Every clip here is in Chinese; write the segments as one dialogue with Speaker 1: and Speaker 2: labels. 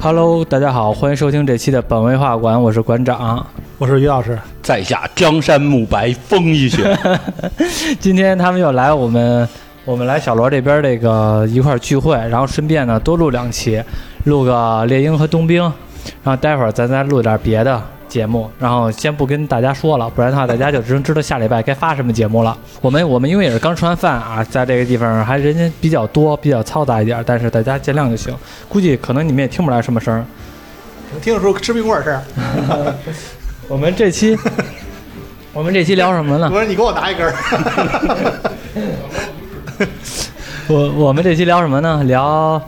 Speaker 1: Hello，大家好，欢迎收听这期的本位画馆，我是馆长。
Speaker 2: 我是于老师，
Speaker 3: 在下江山暮白风一雪，
Speaker 1: 今天他们又来我们，我们来小罗这边这个一块儿聚会，然后顺便呢多录两期，录个猎鹰和冬兵，然后待会儿咱再录点别的节目，然后先不跟大家说了，不然的话大家就只知道下礼拜该发什么节目了。我们我们因为也是刚吃完饭啊，在这个地方还人家比较多，比较嘈杂一点，但是大家见谅就行。估计可能你们也听不来什么声儿。
Speaker 2: 听着说吃冰棍儿是？
Speaker 1: 我们这期，我们这期聊什么呢
Speaker 2: 我？说你给我拿一根儿。
Speaker 1: 我我们这期聊什么呢？聊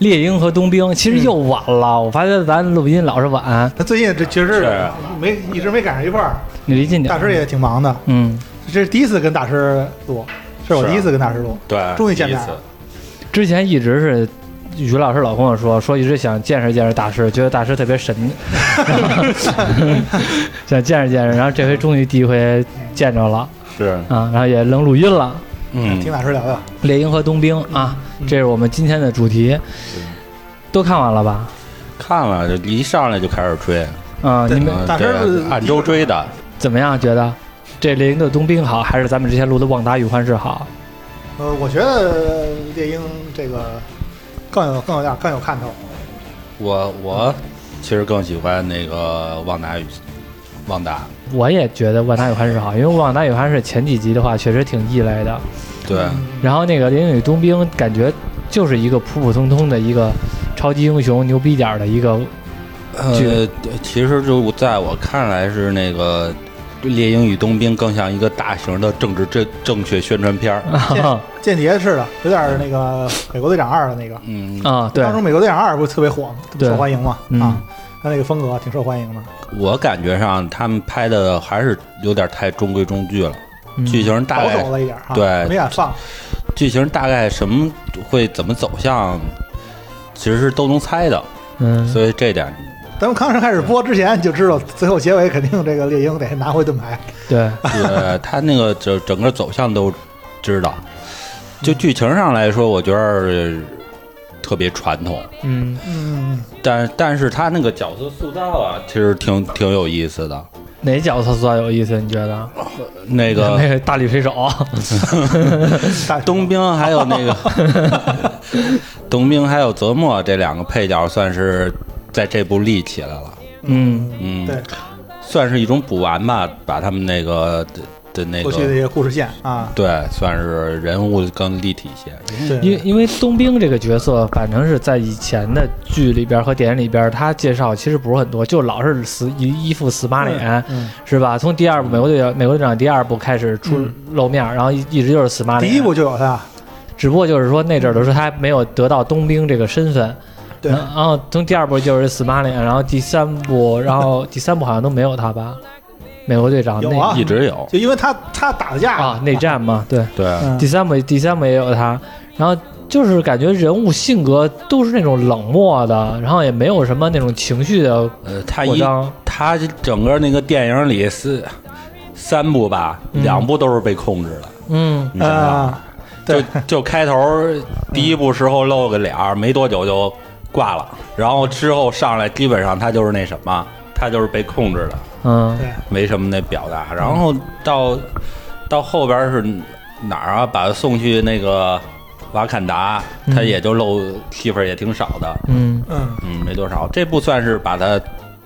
Speaker 1: 猎鹰和冬兵。其实又晚了，我发现咱录音老是晚。
Speaker 2: 他最近这确实
Speaker 3: 是啊
Speaker 2: 没一直没赶上一块儿，
Speaker 1: 你离近点。
Speaker 2: 大师也挺忙的，
Speaker 1: 嗯，
Speaker 2: 这是第一次跟大师录，这是我
Speaker 3: 是啊
Speaker 2: 第一次跟大师录，
Speaker 3: 对，
Speaker 2: 终于见面
Speaker 3: 第一次
Speaker 2: 了。
Speaker 1: 之前一直是于老师老跟我说，说一直想见识见识大师，觉得大师特别 神，想见识见识。然后这回终于第一回见着了
Speaker 3: 是，
Speaker 1: 啊，然后也能录音了。
Speaker 2: 听
Speaker 3: 嗯，
Speaker 2: 大师聊聊，
Speaker 1: 猎鹰和冬兵啊，
Speaker 2: 嗯
Speaker 1: 这是我们今天的主题。都看完了吧？
Speaker 3: 看了就一上来就开始追，
Speaker 1: 嗯，你们
Speaker 3: 嗯
Speaker 2: 大
Speaker 3: 对
Speaker 2: 师是
Speaker 3: 按周追的，
Speaker 1: 怎么样？觉得这猎鹰的冬兵好，还是咱们之前录的《旺达与幻视》好？
Speaker 2: 呃，我觉得猎鹰这个更有更有点更有看头，
Speaker 3: 我我其实更喜欢那个旺达与旺达，
Speaker 1: 我也觉得《旺达与幻视》好，因为《旺达与幻视》前几集的话确实挺异类的，
Speaker 3: 对，
Speaker 2: 嗯
Speaker 1: 然后那个《猎鹰与冬兵》感觉就是一个普普通通的一个超级英雄牛逼点儿的一个，
Speaker 3: 呃
Speaker 1: 这，
Speaker 3: 其实就在我看来是那个。猎鹰与冬兵更像一个大型的政治正正确宣传片 儿，
Speaker 1: 啊、
Speaker 2: 间谍似的，有点那个《美国队长二》的那个。
Speaker 3: 嗯，
Speaker 1: 啊对
Speaker 2: 当，初《美国队长二》不是特别火吗？特别
Speaker 1: 对
Speaker 2: 受欢迎嘛
Speaker 1: 嗯
Speaker 2: 啊，他那个风格挺受欢迎的。
Speaker 3: 我感觉上他们拍的还是有点太中规中矩了，
Speaker 1: 嗯
Speaker 3: 剧情大
Speaker 2: 保
Speaker 3: 概
Speaker 2: 守了一点儿啊，
Speaker 3: 对
Speaker 2: 没敢放。
Speaker 3: 剧情大概什么会怎么走向，其实是都能猜的，
Speaker 1: 嗯，
Speaker 3: 所以这点
Speaker 2: 咱们刚开始播之前就知道，最后结尾肯定这个猎鹰得拿回盾牌。
Speaker 1: 对，
Speaker 3: 呃，他那个整整个走向都知道。就剧情上来说，我觉得特别传统，
Speaker 1: 嗯，
Speaker 2: 嗯，
Speaker 3: 但但是他那个角色塑造啊，其实挺挺有意思的。
Speaker 1: 哪角色塑造有意思？你觉得？
Speaker 3: 那
Speaker 1: 那
Speaker 3: 个
Speaker 1: 个大力水 手，
Speaker 2: 大
Speaker 3: 冬兵还有那个 冬兵还有泽莫这两个配角，算是在这部立起来了。
Speaker 1: 嗯，
Speaker 3: 嗯，
Speaker 2: 对，
Speaker 3: 算是一种补完吧，把他们那个的的那
Speaker 2: 过去的
Speaker 3: 个
Speaker 2: 一个故事线啊，
Speaker 3: 对，算是人物更立体些。
Speaker 1: 因
Speaker 2: 对，
Speaker 1: 嗯因为冬兵这个角色，反正是在以前的剧里边儿和电影里边儿，他介绍其实不是很多，就老是死一一副死马脸，
Speaker 2: 嗯，
Speaker 1: 是吧？从第二部《美国队长》《美国队长》第二部开始出露面儿，然后一一直就是死马
Speaker 2: 第
Speaker 1: 脸。
Speaker 2: 一部就有他，
Speaker 1: 只不过就是说那阵儿的时候他还没有得到冬兵这个身份，
Speaker 2: 对，
Speaker 1: 然后从第二部就是死马脸，然后第三部，然后第三部好像都没有他吧？美国队长
Speaker 2: 有
Speaker 1: 那
Speaker 2: 啊
Speaker 3: 一直有，
Speaker 2: 就因为他他打的架
Speaker 1: 啊内，战嘛，对，
Speaker 3: 对，
Speaker 2: 嗯
Speaker 1: 第三部第三部也有他，然后。就是感觉人物性格都是那种冷漠的，然后也没有什么那种情绪的
Speaker 3: 呃，他
Speaker 1: 扩
Speaker 3: 一
Speaker 1: 张。
Speaker 3: 他整个那个电影里是三部吧，
Speaker 1: 嗯
Speaker 3: 两部都是被控制的。
Speaker 1: 嗯，
Speaker 3: 你想想，
Speaker 2: 啊，
Speaker 3: 就
Speaker 2: 对
Speaker 3: 就开头第一部时候露个脸儿，没多久就挂了，然后之后上来基本上他就是那什么，他就是被控制的，
Speaker 1: 嗯，
Speaker 2: 对，
Speaker 3: 没什么那表达。然后到到后边是哪儿啊？把他送去那个瓦坎达，他
Speaker 1: 嗯
Speaker 3: 也就露戏份儿也挺少的。
Speaker 1: 嗯，
Speaker 2: 嗯，
Speaker 3: 嗯，没多少。这部算是把他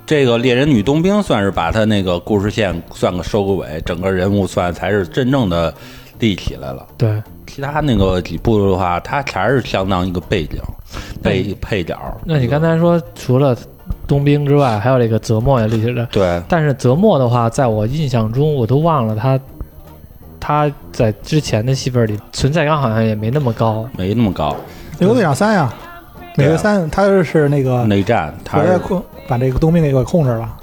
Speaker 3: 这个猎人女冬兵算是把他那个故事线算个收个尾，整个人物算才是真正的立起来了。
Speaker 1: 对，
Speaker 3: 其他那个几部的话，他还是相当一个背景，
Speaker 2: 哎
Speaker 3: 背配角。
Speaker 1: 那你刚才说，除了冬兵之外，还有这个泽莫也立起来。
Speaker 3: 对
Speaker 1: 但是泽莫的话，在我印象中，我都忘了他，他在之前的戏份里存在感好像也没那么高。
Speaker 3: 没那么高，
Speaker 2: 美国队长三呀，美国三他是那个
Speaker 3: 内战啊他
Speaker 2: 回来
Speaker 3: 是
Speaker 2: 控把这个冬兵给控制了，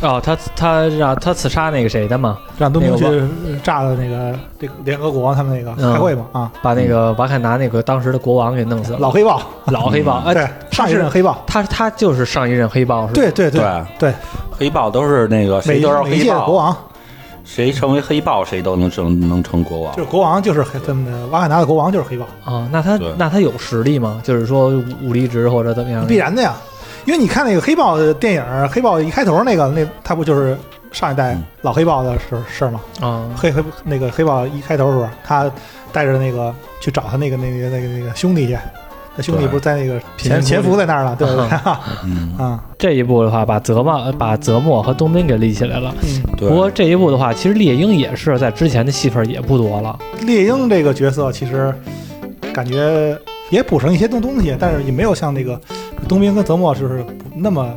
Speaker 1: 哦，他他让他刺杀那个谁的嘛，
Speaker 2: 让冬兵
Speaker 1: 那个
Speaker 2: 去炸的那个这个联合国他们那个
Speaker 1: 嗯
Speaker 2: 开会嘛啊，
Speaker 1: 把那个瓦坎达那个当时的国王给弄死了，
Speaker 2: 老黑豹，
Speaker 1: 老黑豹。哎，
Speaker 2: 对，上一任黑豹，
Speaker 1: 他他就是上一任黑豹是吧？
Speaker 2: 对对
Speaker 3: 对
Speaker 2: 对，
Speaker 3: 黑豹都是那个谁
Speaker 2: 每
Speaker 3: 都是
Speaker 2: 每一
Speaker 3: 黑
Speaker 2: 届的国
Speaker 3: 豹，
Speaker 2: 王
Speaker 3: 谁成为黑豹谁都能成能成国王
Speaker 2: 就。是国王就是黑他们的瓦坎达的国王就是黑豹。
Speaker 1: 啊，那他
Speaker 3: 对
Speaker 1: 那他有实力吗？就是说武力值或者怎么样？
Speaker 2: 必然的呀，因为你看那个黑豹的电影，黑豹一开头那个那他不就是上一代
Speaker 3: 嗯
Speaker 2: 老黑豹的事事儿吗？
Speaker 1: 啊，
Speaker 2: 黑黑那个黑豹一开头的时候，他带着那个去找他那个那个那个那个兄弟去，他兄弟
Speaker 3: 对
Speaker 2: 不是在那个
Speaker 1: 贫
Speaker 2: 潜
Speaker 1: 民窟
Speaker 2: 潜伏
Speaker 1: 里
Speaker 2: 在那儿 了，对不对？
Speaker 3: 嗯，
Speaker 2: 啊，
Speaker 1: 这一部的话，把泽嘛把泽莫和冬兵给立起来了。
Speaker 2: 嗯，
Speaker 1: 不
Speaker 3: 对，
Speaker 1: 过这一部的话，其实猎鹰也是在之前的戏份也不多了。
Speaker 2: 猎鹰这个角色其实感觉也补上一些东东西，但是也没有像那个冬兵跟泽莫就是不那么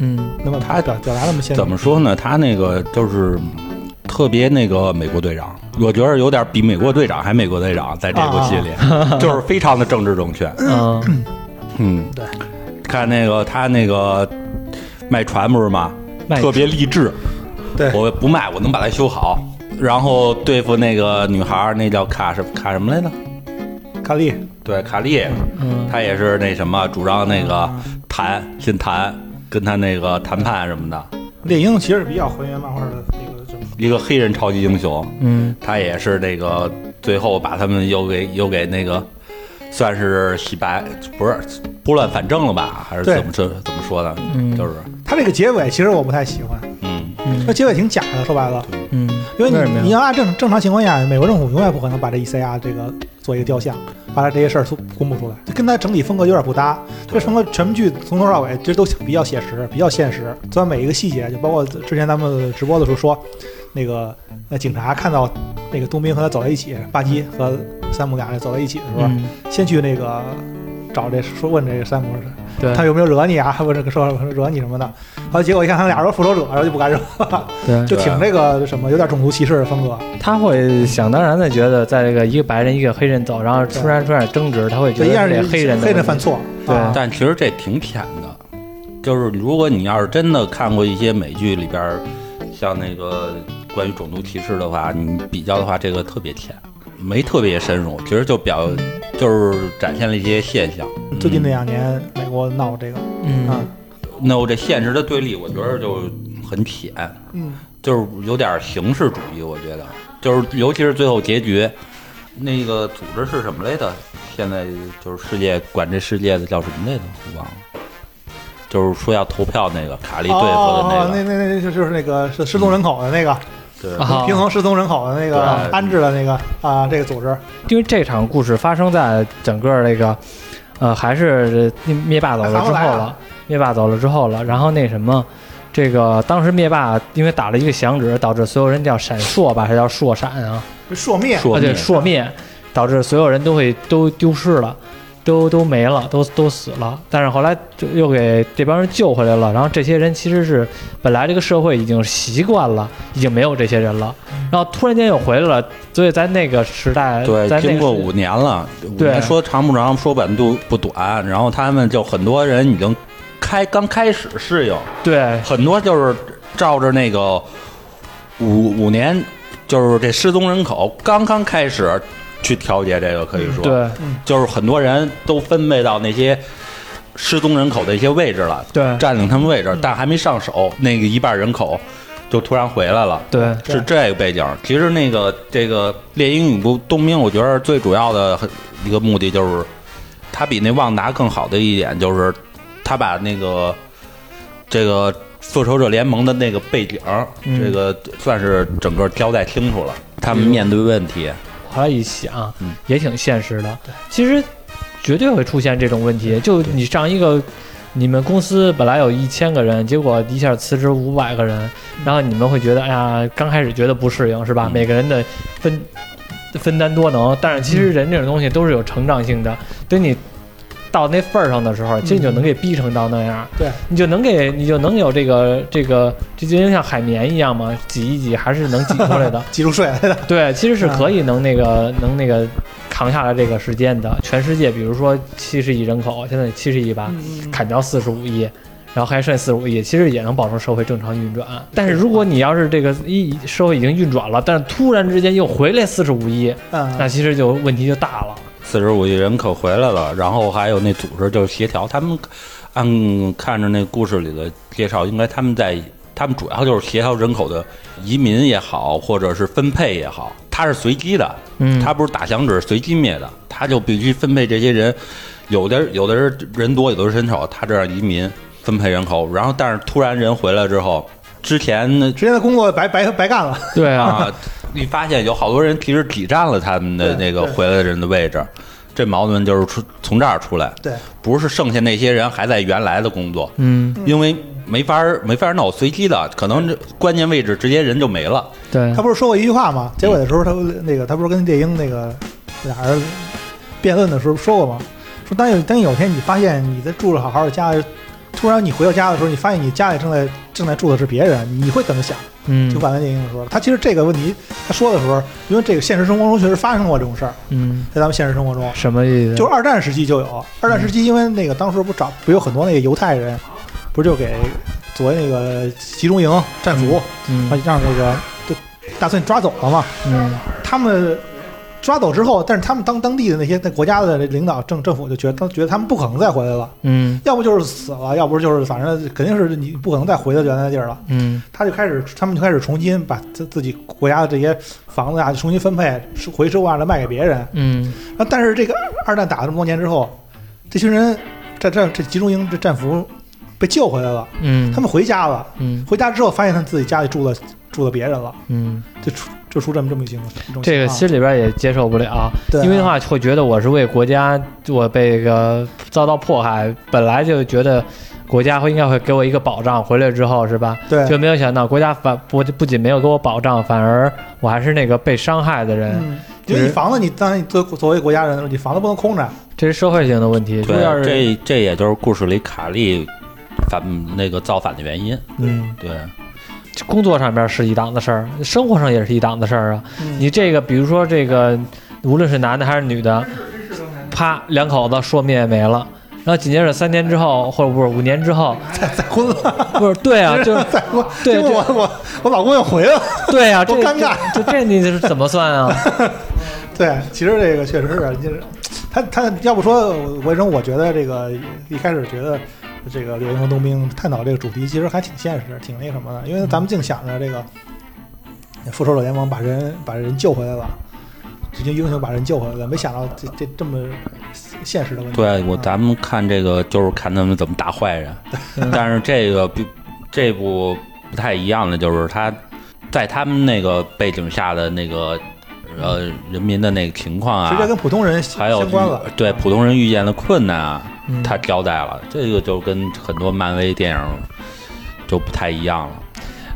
Speaker 1: 嗯，
Speaker 2: 那么
Speaker 3: 他
Speaker 2: 表表达那么鲜
Speaker 3: 怎
Speaker 2: 明。
Speaker 3: 么说呢？他那个就是嗯特别那个美国队长，我觉得有点比美国队长还美国队长，在
Speaker 2: 啊
Speaker 3: 这部戏里， 就是非常的政治正确。
Speaker 1: 嗯，
Speaker 3: 嗯，
Speaker 2: 对，
Speaker 3: 看那个他那个卖船不是吗？
Speaker 1: 卖
Speaker 3: 特别励志。
Speaker 2: 对
Speaker 3: 我不卖，我能把它修好。然后对付那个女孩儿，那叫卡什卡什么来着？
Speaker 2: 卡利，
Speaker 3: 对，卡莉，
Speaker 1: 嗯
Speaker 3: 她也是那什么主张那个谈，先谈，跟他那个谈判什么的。
Speaker 2: 猎鹰其实比较还原漫画的那个什么，
Speaker 3: 一个黑人超级英雄，
Speaker 1: 嗯
Speaker 3: 他也是那个最后把他们又给又给那个算是洗白，不是拨乱反正了吧？还是
Speaker 2: 对
Speaker 3: 怎么这怎么说呢？
Speaker 1: 嗯
Speaker 3: 就是
Speaker 2: 他这个结尾其实我不太喜欢，
Speaker 3: 嗯，
Speaker 2: 那
Speaker 1: 嗯
Speaker 2: 结尾挺假的，说白了，
Speaker 1: 嗯，
Speaker 2: 因
Speaker 1: 为
Speaker 2: 为
Speaker 1: 什么
Speaker 2: 你
Speaker 1: 呀
Speaker 2: 你要按正正常情况下，美国政府永远不可能把这 ECR 这个做一个雕像，把他这些事儿都公布出来，就跟他整体风格有点不搭。这整个全部剧从头到尾其实都比较写实，比较现实，虽然每一个细节，就包括之前咱们直播的时候说，那个那警察看到那个冬兵和他走在一起，巴基和山姆俩人走在一起的时候，
Speaker 1: 嗯
Speaker 2: 先去那个找这说问这个山姆
Speaker 1: 对
Speaker 2: 他有没有惹你啊，问这个说惹你什么的，后来结果一看他俩说复仇者，然后就不敢惹，
Speaker 1: 对，啊
Speaker 2: 就挺这个什么，有点种族歧视的风格。
Speaker 1: 他会想当然的觉得，在这个一个白人一个黑人走，然后突然出现争执，他会觉
Speaker 2: 这
Speaker 1: 得
Speaker 2: 一样
Speaker 1: 这
Speaker 2: 是
Speaker 1: 个黑人的
Speaker 2: 黑
Speaker 1: 问
Speaker 2: 人
Speaker 1: 题嗯
Speaker 2: 犯，错，
Speaker 1: 对
Speaker 2: 啊
Speaker 3: 但其实这挺舔的，就是如果你要是真的看过一些美剧里边儿，像那个关于种族歧视的话，你比较的话，这个特别舔，没特别深入，其实就表就是展现了一些现象。
Speaker 2: 最近这两年美国闹这个啊
Speaker 1: 嗯，，
Speaker 3: 那我这现实的对立，我觉得就很舔，
Speaker 2: 嗯，
Speaker 3: 就是有点形式主义，我觉得，就是尤其是最后结局，那个组织是什么来着？现在就是世界管这世界的叫什么来着？我忘了。就是说要投票那个卡利对付的
Speaker 2: 哦
Speaker 3: 那
Speaker 2: 哦那
Speaker 3: 个，
Speaker 2: 那那就就是那个是失踪人口的那个，
Speaker 3: 对
Speaker 1: 啊
Speaker 2: 平衡失踪人口的那个
Speaker 3: 对
Speaker 2: 安置的那个啊，这个组织
Speaker 1: 因为这场故事发生在整个那个，呃，还是灭霸走了之后
Speaker 2: 还好
Speaker 1: 了
Speaker 2: 啊吧，
Speaker 1: 灭霸走了之后了，然后那什么，这个当时灭霸因为打了一个响指，导致所有人叫闪烁吧，还叫烁闪啊，
Speaker 2: 朔灭，
Speaker 3: 说
Speaker 1: 啊对，
Speaker 3: 灭
Speaker 1: 烁灭，导致所有人都会都丢失了。都都没了，都都死了，但是后来就又给这帮人救回来了。然后这些人其实是本来这个社会已经习惯了，已经没有这些人了，然后突然间又回来了。所以在那个时代，在
Speaker 3: 嗯对，
Speaker 1: 那个
Speaker 3: 经过
Speaker 1: 时
Speaker 3: 五年了，五
Speaker 1: 对
Speaker 3: 年说长不长，说短不不短，然后他们就很多人已经开刚开始适应，
Speaker 1: 对
Speaker 3: 很多就是照着那个五五年，就是这失踪人口刚刚开始去调节这个，可以说，
Speaker 1: 对
Speaker 3: 就是很多人都分配到那些失踪人口的一些位置了，
Speaker 1: 对
Speaker 3: 占领他们位置，但还没上手，那个一半人口就突然回来了。
Speaker 1: 对，
Speaker 2: 对
Speaker 3: 是这个背景。其实那个这个《猎鹰与不冬兵》，我觉得最主要的很一个目的就是，它比那《旺达》更好的一点就是，它把那个这个复仇者联盟的那个背景，
Speaker 1: 嗯
Speaker 3: 这个算是整个交代清楚了。他们面对问题，
Speaker 1: 后来一想
Speaker 3: 嗯
Speaker 1: 也挺现实的。其实绝对会出现这种问题，就你上一个。你们公司本来有一千个人，结果一下辞职五百个人，然后你们会觉得，哎呀，刚开始觉得不适应，是吧？
Speaker 3: 嗯
Speaker 1: 每个人的分分担多能，但是其实人这种东西都是有成长性的。等你到那份儿上的时候，其实你就能给逼成到那样，
Speaker 2: 对，
Speaker 1: 你就能给你就能有这个这个，这就像海绵一样嘛，挤一挤还是能挤出来的。
Speaker 2: 挤出税来 的，
Speaker 1: 对，其实是可以能那个、
Speaker 2: 嗯
Speaker 1: 能那个扛下来这个时间的。全世界，比如说七十亿人口，现在七十亿吧，
Speaker 2: 嗯
Speaker 1: 砍掉四十五亿，然后还剩四十五亿，其实也能保证社会正常运转。但是如果你要是这个一社会已经运转了，但是突然之间又回来四十五亿，那
Speaker 2: 嗯，
Speaker 1: 其实就问题就大了。
Speaker 3: 四十五亿人口回来了，然后还有那组织就协调他们，按看着那故事里的介绍，应该他们在他们主要就是协调人口的移民也好，或者是分配也好，它是随机的，
Speaker 1: 嗯
Speaker 3: 它不是打响指随机灭的，它就必须分配这些人，有的有的人人多，有的人少，他这样移民，分配人口，然后但是突然人回来之后，之前呢
Speaker 2: 之前的工作白白白干了，
Speaker 1: 对啊，
Speaker 3: 啊，你发现有好多人其实挤占了他们的
Speaker 2: 对
Speaker 3: 那个
Speaker 2: 对
Speaker 3: 回来的人的位置，这矛盾就是出从这儿出来，
Speaker 2: 对，
Speaker 3: 不是剩下那些人还在原来的工作，
Speaker 1: 嗯，
Speaker 3: 因为没法儿没法儿弄，随机的，可能这关键位置直接人就没了。
Speaker 1: 对
Speaker 2: 他，不是说过一句话吗？结尾的时候，他那个他不是跟猎鹰那个俩人辩论的时候说过吗？说当有当有天你发现你在住着好好的家，突然你回到家的时候，你发现你家里正在正在住的是别人，你会怎么想？
Speaker 1: 嗯
Speaker 2: 就晚安猎鹰的时候，他其实这个问题他说的时候，因为这个现实生活中确实发生过这种事儿，
Speaker 1: 嗯，
Speaker 2: 在咱们现实生活中，
Speaker 1: 什么意思？
Speaker 2: 就是二战时期就有。二战时期，因为那个当时不找不有很多那个犹太人，不是就给作为那个集中营战俘，
Speaker 1: 嗯
Speaker 2: 让让那个就打算抓走了嘛。
Speaker 1: 嗯
Speaker 2: 他们抓走之后，但是他们当当地的那些那国家的领导政政府就觉得觉得他们不可能再回来了，
Speaker 1: 嗯
Speaker 2: 要不就是死了，要不就是反正肯定是你不可能再回到原来的地儿了。
Speaker 1: 嗯
Speaker 2: 他就开始，他们就开始重新把自自己国家的这些房子啊，重新分配，收回收啊，来卖给别人。
Speaker 1: 嗯
Speaker 2: 啊，但是这个二二战打了这么多年之后，这群人这这这集中营这战俘被救回来了，
Speaker 1: 嗯，
Speaker 2: 他们回家了。
Speaker 1: 嗯
Speaker 2: 回家之后发现他自己家里住了住了别人了，
Speaker 1: 嗯，
Speaker 2: 就出就出这么这么一情况一种情况。
Speaker 1: 这个心里边也接受不了，
Speaker 2: 啊对啊
Speaker 1: 因为的话会觉得我是为国家，我被个遭到迫害，本来就觉得国家会应该会给我一个保障，回来之后是吧？
Speaker 2: 对
Speaker 1: 就没有想到国家反不不仅没有给我保障，反而我还是那个被伤害的人，
Speaker 2: 嗯，因为你房子你当然你作作为国家人，你房子不能空着，
Speaker 1: 这是社会性的问题。
Speaker 3: 对
Speaker 1: 如果要，是
Speaker 3: 这这也就是故事里卡利反那个造反的原因。
Speaker 1: 嗯，
Speaker 3: 对，
Speaker 1: 工作上面是一档子事儿，生活上也是一档子事儿啊。
Speaker 2: 嗯
Speaker 1: 你这个，比如说这个，无论是男的还是女的，啪，两口子说灭也没了。然后紧接着三年之后，或者不是五年之后，
Speaker 2: 再婚了，
Speaker 1: 不是对啊，就是
Speaker 2: 再婚，
Speaker 1: 对
Speaker 2: 结果我我我老公又回来了。
Speaker 1: 对啊，这
Speaker 2: 多尴尬！
Speaker 1: 这这这你是怎么算啊？
Speaker 2: 对，其实这个确实是，就是他他要不说，我生我觉得这个一开始觉得这个《猎鹰和冬兵》探讨这个主题，其实还挺现实，挺那什么的，因为咱们净想着这个复仇者联盟把人把人救回来了，直接英雄把人救回来了，没想到这这这么现实的问题。
Speaker 3: 对我
Speaker 2: 嗯
Speaker 3: 咱们看这个就是看他们怎么打坏人，但是这个不这部不太一样的就是他在他们那个背景下的那个呃人民的那个情况
Speaker 2: 直接
Speaker 3: 啊，
Speaker 2: 跟普通人相
Speaker 3: 还有
Speaker 2: 相关了
Speaker 3: 遇。对普通人遇见的困难啊，
Speaker 1: 嗯
Speaker 3: 他交代了，这个就跟很多漫威电影就不太一样了。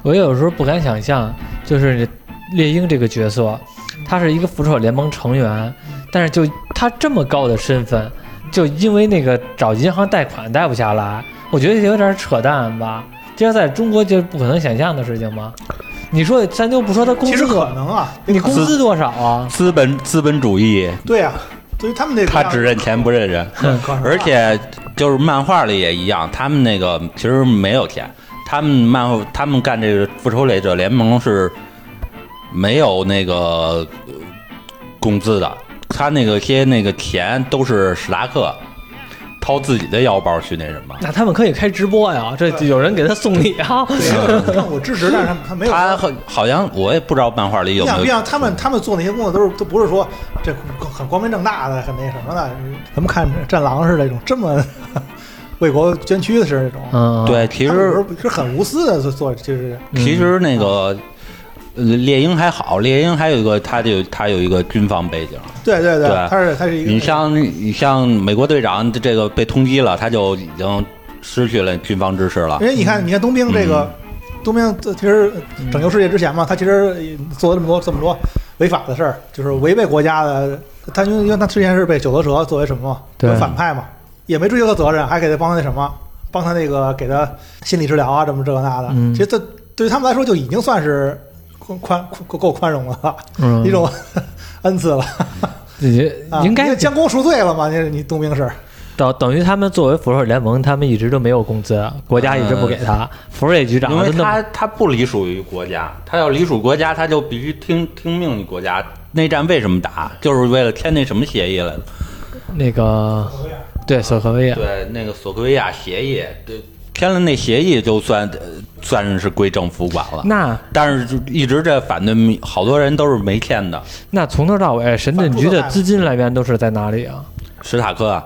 Speaker 1: 我有时候不敢想象，就是猎鹰这个角色，他是一个复仇者联盟成员，但是就他这么高的身份，就因为那个找银行贷款贷不下来，我觉得有点扯淡吧。这是在中国就不可能想象的事情吗？你说咱就不说他工
Speaker 2: 其
Speaker 1: 资
Speaker 2: 实
Speaker 1: 多
Speaker 2: 可，能啊，
Speaker 1: 你工资多少啊？
Speaker 3: 资本资本主义，
Speaker 2: 对啊，对于他们这个
Speaker 3: 他只认钱不认人，
Speaker 2: 可能啊
Speaker 3: 而且就是漫画里也一样，他们那个其实没有钱，他们漫画他们干这个复仇者联盟是没有那个呃工资的，他那个些那个钱都是史达克掏自己的腰包去那什么。
Speaker 1: 那他们可以开直播呀，这
Speaker 2: 对
Speaker 1: 有人给他送礼啊。
Speaker 2: 对让我支持，但是他们他没有
Speaker 3: 他好好像我也不知道漫画里有
Speaker 2: 你
Speaker 3: 没
Speaker 2: 想，
Speaker 3: 有
Speaker 2: 别像他们他们做那些工作都是都不是说这很光明正大的，很那什么的。咱们看战狼似的这种这么 为国捐躯的似的这种，
Speaker 1: 嗯，，
Speaker 3: 对，其
Speaker 2: 他们有
Speaker 3: 实
Speaker 2: 时候是很无私的做做，就是嗯
Speaker 3: 其实那个呃猎鹰还好，猎鹰还有一个他就他有一个军方背景。
Speaker 2: 对对对
Speaker 3: 对啊
Speaker 2: 他是他是一个
Speaker 3: 你像你像美国队长这个被通缉了，他就已经失去了军方支持了
Speaker 1: 啊
Speaker 2: 因。为你看，你看冬兵这
Speaker 1: 嗯
Speaker 2: 个，冬兵这其实拯救世界之前嘛，他其实做了这么多这么多违法的事儿，就是违背国家的。他因为因为他之前是被九头蛇作为什么嘛，
Speaker 1: 对
Speaker 2: 作为反派嘛，也没追究他责任，还给他帮他那什么，帮他那个给他心理治疗啊，这么这个那的。
Speaker 1: 嗯
Speaker 2: 其实这对于他们来说就已经算是宽宽够够宽容了，
Speaker 1: 嗯
Speaker 2: 一种恩赐了。
Speaker 1: 你
Speaker 2: 啊
Speaker 1: 应
Speaker 2: 因
Speaker 1: 该
Speaker 2: 为将功赎罪了嘛？你你冬兵是
Speaker 1: 等等于他们作为复仇者联盟，他们一直都没有工资，啊国家一直不给他。福瑞局长
Speaker 3: 嗯因为
Speaker 1: 就那么
Speaker 3: 他他不隶属于国家，他要隶属国家，他就必须听听命于国家。内战为什么打？就是为了签那什么协议来的？
Speaker 1: 那个，对索科维亚，
Speaker 3: 对，那个索科维亚协议，对，签了那协议就算呃算是归政府管了。
Speaker 1: 那
Speaker 3: 但是就一直这反对民，好多人都是没签的。
Speaker 1: 那从头到尾，神盾局的资金来源都是在哪里啊？
Speaker 3: 史塔克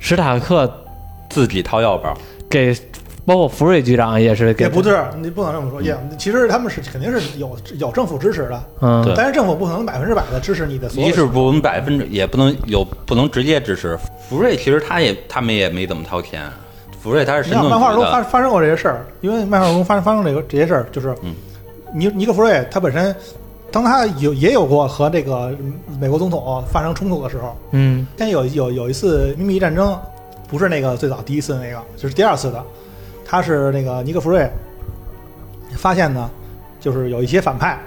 Speaker 1: 史塔克
Speaker 3: 自己掏腰包，
Speaker 1: 给包括福瑞局长也是给
Speaker 2: 也不是，你不能这么说。也其实他们是肯定是有有政府支持的，
Speaker 1: 嗯
Speaker 3: 对
Speaker 2: 但是政府不可能百分之百的支持你的所有
Speaker 3: 一
Speaker 2: 的。
Speaker 3: 是不能百分之，也不能有不能直接支持。福瑞其实他也他们也没怎么掏钱，福瑞他是
Speaker 2: 你
Speaker 3: 神
Speaker 2: 想
Speaker 3: 政局
Speaker 2: 漫画中发
Speaker 3: 的，
Speaker 2: 发生过这些事儿，因为漫画中发生发生这个这些事儿，就是
Speaker 3: 嗯
Speaker 2: 尼尼克弗瑞他本身，当他有也有过和这个美国总统发生冲突的时候，
Speaker 1: 嗯
Speaker 2: 先有有有一次秘密战争，不是那个最早第一次的那个，就是第二次的，他是那个尼克弗瑞发现呢，就是有一些反派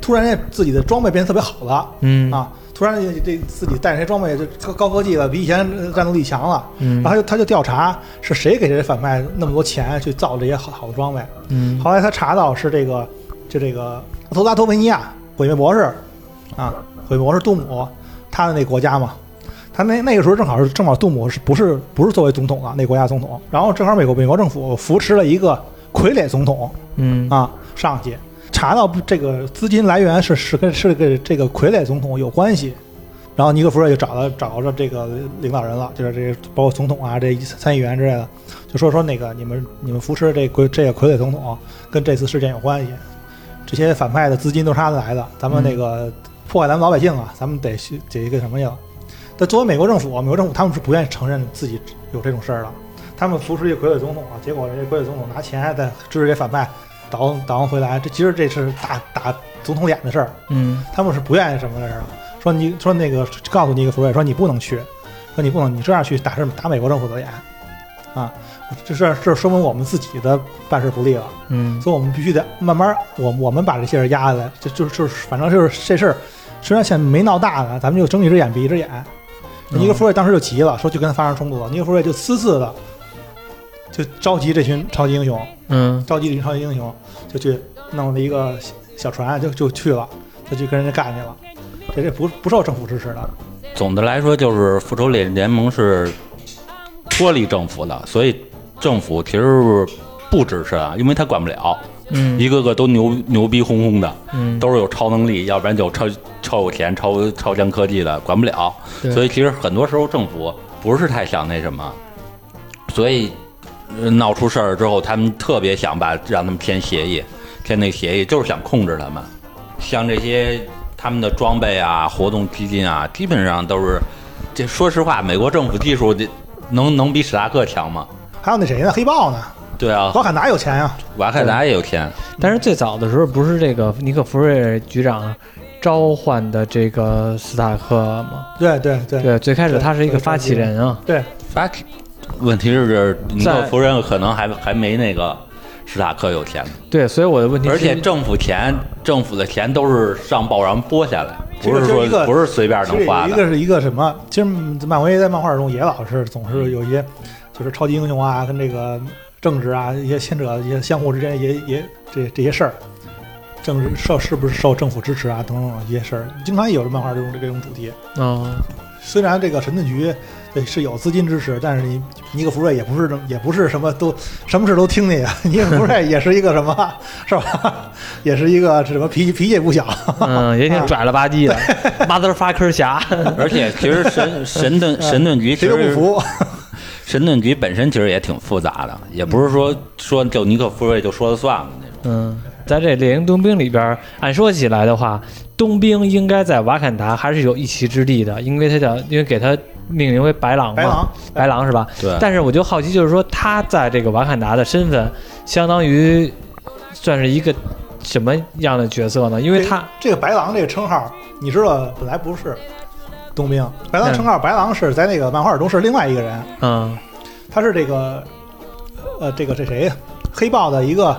Speaker 2: 突然间自己的装备变得特别好了。
Speaker 1: 嗯
Speaker 2: 啊，突然这这自己带着这些装备就高高科技了，比以前呃战斗力强了。
Speaker 1: 嗯
Speaker 2: 然后他就他就调查是谁给这些反派那么多钱去造这些好好的装备。
Speaker 1: 嗯
Speaker 2: 后来他查到是这个，就这个托拉托维尼亚毁灭博士啊，毁灭博士杜姆他的那国家嘛。他那那个时候正好是正好杜姆是不是不是作为总统了啊那国家总统，然后正好美国美国政府扶持了一个傀儡总统，
Speaker 1: 嗯
Speaker 2: 啊上去，查到不这个资金来源是是跟是跟这个傀儡总统有关系，然后尼克弗瑞就找到找着这个领导人了，就是这些包括总统啊这参议员之类的，就说说那个你们你们扶持这傀这个傀儡总统、跟这次事件有关系，这些反派的资金都是他来的，咱们那个破坏咱们老百姓啊，咱们得去得一个什么去了。但作为美国政府，美国政府他们是不愿意承认自己有这种事儿的，他们扶持这个傀儡总统啊，结果这傀儡总统拿钱再支持这反派，倒腾倒腾回来，这其实这是打打总统脸的事儿，
Speaker 1: 嗯
Speaker 2: 他们是不愿意什么的事儿啊。说你说那个告诉尼克弗瑞说你不能去，说你不能你这样去打是打美国政府的脸，啊，这事儿这说明我们自己的办事不力了。
Speaker 1: 嗯
Speaker 2: 所以我们必须得慢慢，我我们把这些人压下来，就就就是，反正就是这事儿，虽然现在没闹大呢，咱们就睁一只眼闭一只眼。
Speaker 1: 嗯
Speaker 2: 尼克弗瑞当时就急了，说就跟他发生冲突了，尼克弗瑞就私自的就召集这群超级英雄，
Speaker 1: 嗯
Speaker 2: 召集这群超级英雄，就去弄了一个小小船，就就去了，就去跟人家干去了。这这不不受政府支持的，
Speaker 3: 总的来说就是复仇者联盟是脱离政府的，所以政府其实不支持啊，因为他管不了，
Speaker 1: 嗯
Speaker 3: 一个个都牛牛逼哄哄的，
Speaker 1: 嗯
Speaker 3: 都是有超能力，要不然就超超有钱、超超强科技的，管不了。
Speaker 1: 对
Speaker 3: 所以其实很多时候政府不是太想那什么，所以呃闹出事儿之后，他们特别想把让他们签协议，签那协议就是想控制他们。像这些他们的装备啊、活动基金啊，基本上都是这。说实话，美国政府技术这能能比史达克强吗？
Speaker 2: 还有那谁呢？黑豹呢？
Speaker 3: 对啊，
Speaker 2: 瓦坎达有钱呀、
Speaker 3: 瓦坎达也有钱，
Speaker 1: 但是最早的时候不是这个尼克弗瑞局长召唤的这个斯塔克吗？
Speaker 2: 对对对
Speaker 1: 对，最开始
Speaker 2: 对
Speaker 1: 他是一个
Speaker 2: 对
Speaker 1: 发起人啊。
Speaker 2: 对，
Speaker 3: 发起问题是尼克
Speaker 1: 在
Speaker 3: 夫人可能还还没那个史塔克有钱，
Speaker 1: 对，所以我的问题是，
Speaker 3: 而且政府钱政府的钱都是上报然拨下来，
Speaker 2: 其实
Speaker 3: 不是
Speaker 2: 就是一个
Speaker 3: 说不是随便
Speaker 2: 其实
Speaker 3: 能花
Speaker 2: 有一
Speaker 3: 的。
Speaker 2: 个是一个什么？其实漫威在漫画中也老是总是有一些，就是超级英雄啊，跟这个政治啊，一些先者一些相互之间也也这这些事儿，政治受是不是受政府支持啊等等一些事儿，经常有这漫画中这种主题。
Speaker 1: 哦，
Speaker 2: 虽然这个神盾局对是有资金支持，但是你尼克弗瑞也不是这也不是什么都什么事都听你的， 尼克弗瑞也是一个什么是吧？ 也是一个什么脾气脾气也不小，
Speaker 1: 嗯，也挺拽了吧唧的，motherfucker 侠。
Speaker 3: 而且其实神神盾神盾局其
Speaker 2: 啊谁都不
Speaker 3: 实
Speaker 2: 服。
Speaker 3: 神盾局本身其实也挺复杂的，也不是说说就尼克夫瑞就说了算了那种。
Speaker 1: 嗯，在这猎鹰冬兵里边儿，按说起来的话，冬兵应该在瓦坎达还是有一席之地的，因为他叫，因为给他命名为白狼嘛，
Speaker 2: 白狼，
Speaker 1: 白狼是吧？
Speaker 3: 对，
Speaker 1: 但是我就好奇，就是说他在这个瓦坎达的身份，相当于算是一个什么样的角色呢？因为他，
Speaker 2: 这个白狼这个称号，你知道本来不是冬兵，白狼
Speaker 1: 嗯
Speaker 2: 称号白狼是在那个漫画中是另外一个人，
Speaker 1: 嗯
Speaker 2: 他是这个呃这个这谁呀？黑豹的一个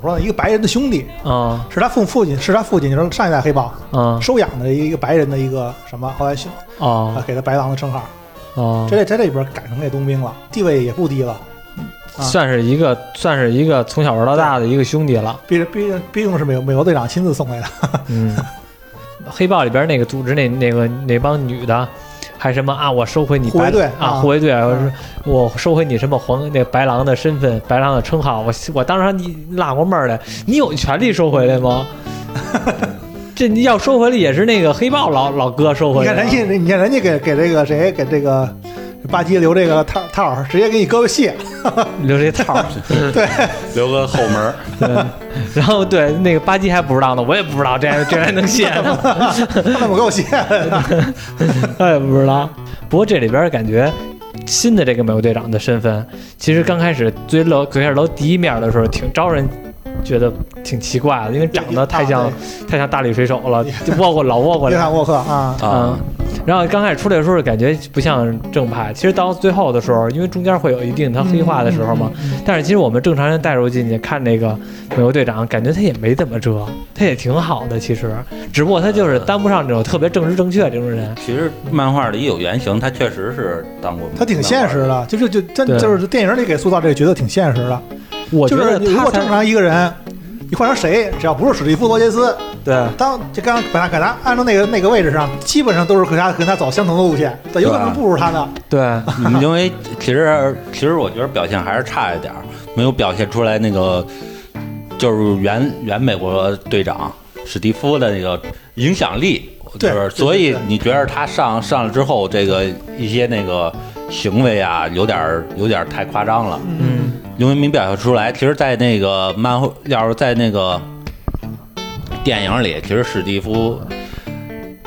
Speaker 2: 我说一个白人的兄弟，
Speaker 1: 嗯
Speaker 2: 是他父父亲是他父亲就是上一代黑豹
Speaker 1: 嗯，
Speaker 2: 收养的一个白人的一个什么，后来兄啊
Speaker 1: 哦
Speaker 2: 给他白狼的称号，
Speaker 1: 哦，
Speaker 2: 这在这里边改成给冬兵了，地位也不低了，啊
Speaker 1: 算是一个算是一个从小玩到大的一个兄弟了。
Speaker 2: 毕毕毕竟是美美国队长亲自送来的。
Speaker 1: 嗯，黑豹里边那个组织那那个那帮女的，还什么啊，我收回你
Speaker 2: 护卫
Speaker 1: 白
Speaker 2: 队
Speaker 1: 啊，
Speaker 2: 啊
Speaker 1: 护卫队，我
Speaker 2: 嗯
Speaker 1: 说我收回你什么黄那白狼的身份，白狼的称号，我我当时你纳过闷儿
Speaker 2: 嗯
Speaker 1: 来，你有权利收回来 吗？这你要收回来也是那个黑豹老老哥收
Speaker 2: 你
Speaker 1: 回来啊
Speaker 2: 看
Speaker 1: 的，
Speaker 2: 人家，你看人家给给这个谁给这个吧唧留这个套套儿，直接给你胳膊卸。
Speaker 1: 留这 套儿。
Speaker 3: 留个后门儿。
Speaker 1: 对然后对那个吧唧还不知道呢，我也不知道这样这还能 啊卸呢。
Speaker 2: 他怎么 给我卸？
Speaker 1: 他哎也不知道。不过这里边感觉新的这个美国队长的身份，其实刚开始追楼鬼片楼第一面的时候，挺招人觉得挺奇怪的，因为长得太像
Speaker 2: 啊
Speaker 1: 太像大力水手了，就握过老握过
Speaker 2: 约
Speaker 1: 来。
Speaker 2: 翰沃克啊，
Speaker 1: 嗯，然后刚开始出来的时候感觉不像正派，其实到最后的时候，因为中间会有一定他黑化的时候嘛，但是其实我们正常人带入进去看那个美国队长，感觉他也没怎么遮，他也挺好的，其实，只不过他就是当不上这种特别正直正确这种人。
Speaker 3: 其实漫画里有原型，他确实是当过漫画。
Speaker 2: 他挺现实的，就是就真
Speaker 1: 对
Speaker 2: 就是电影里给塑造这个角色挺现实的，
Speaker 1: 我觉
Speaker 2: 就
Speaker 1: 得
Speaker 2: 是你如
Speaker 1: 他
Speaker 2: 果正
Speaker 1: 才
Speaker 2: 常一个人，你换成谁，只要不是史蒂夫·罗杰斯，
Speaker 1: 对
Speaker 2: 当就刚刚把他给他按照那个那个位置上，基本上都是和他跟他走相同的路线，对，有可能
Speaker 1: 啊
Speaker 3: 对
Speaker 2: 不如他呢。
Speaker 1: 对，
Speaker 3: 嗯，因为其实其实我觉得表现还是差一点儿，没有表现出来那个就是原原美国队长史蒂夫的那个影响力。就
Speaker 2: 对
Speaker 3: 是
Speaker 2: 对
Speaker 3: 所以
Speaker 2: 对对
Speaker 3: 你觉得他上上了之后，这个一些那个行为啊，有点儿有点儿太夸张了，
Speaker 1: 嗯，
Speaker 3: 因为没表现出来。其实，在那个漫画，要是在那个电影里，其实史蒂夫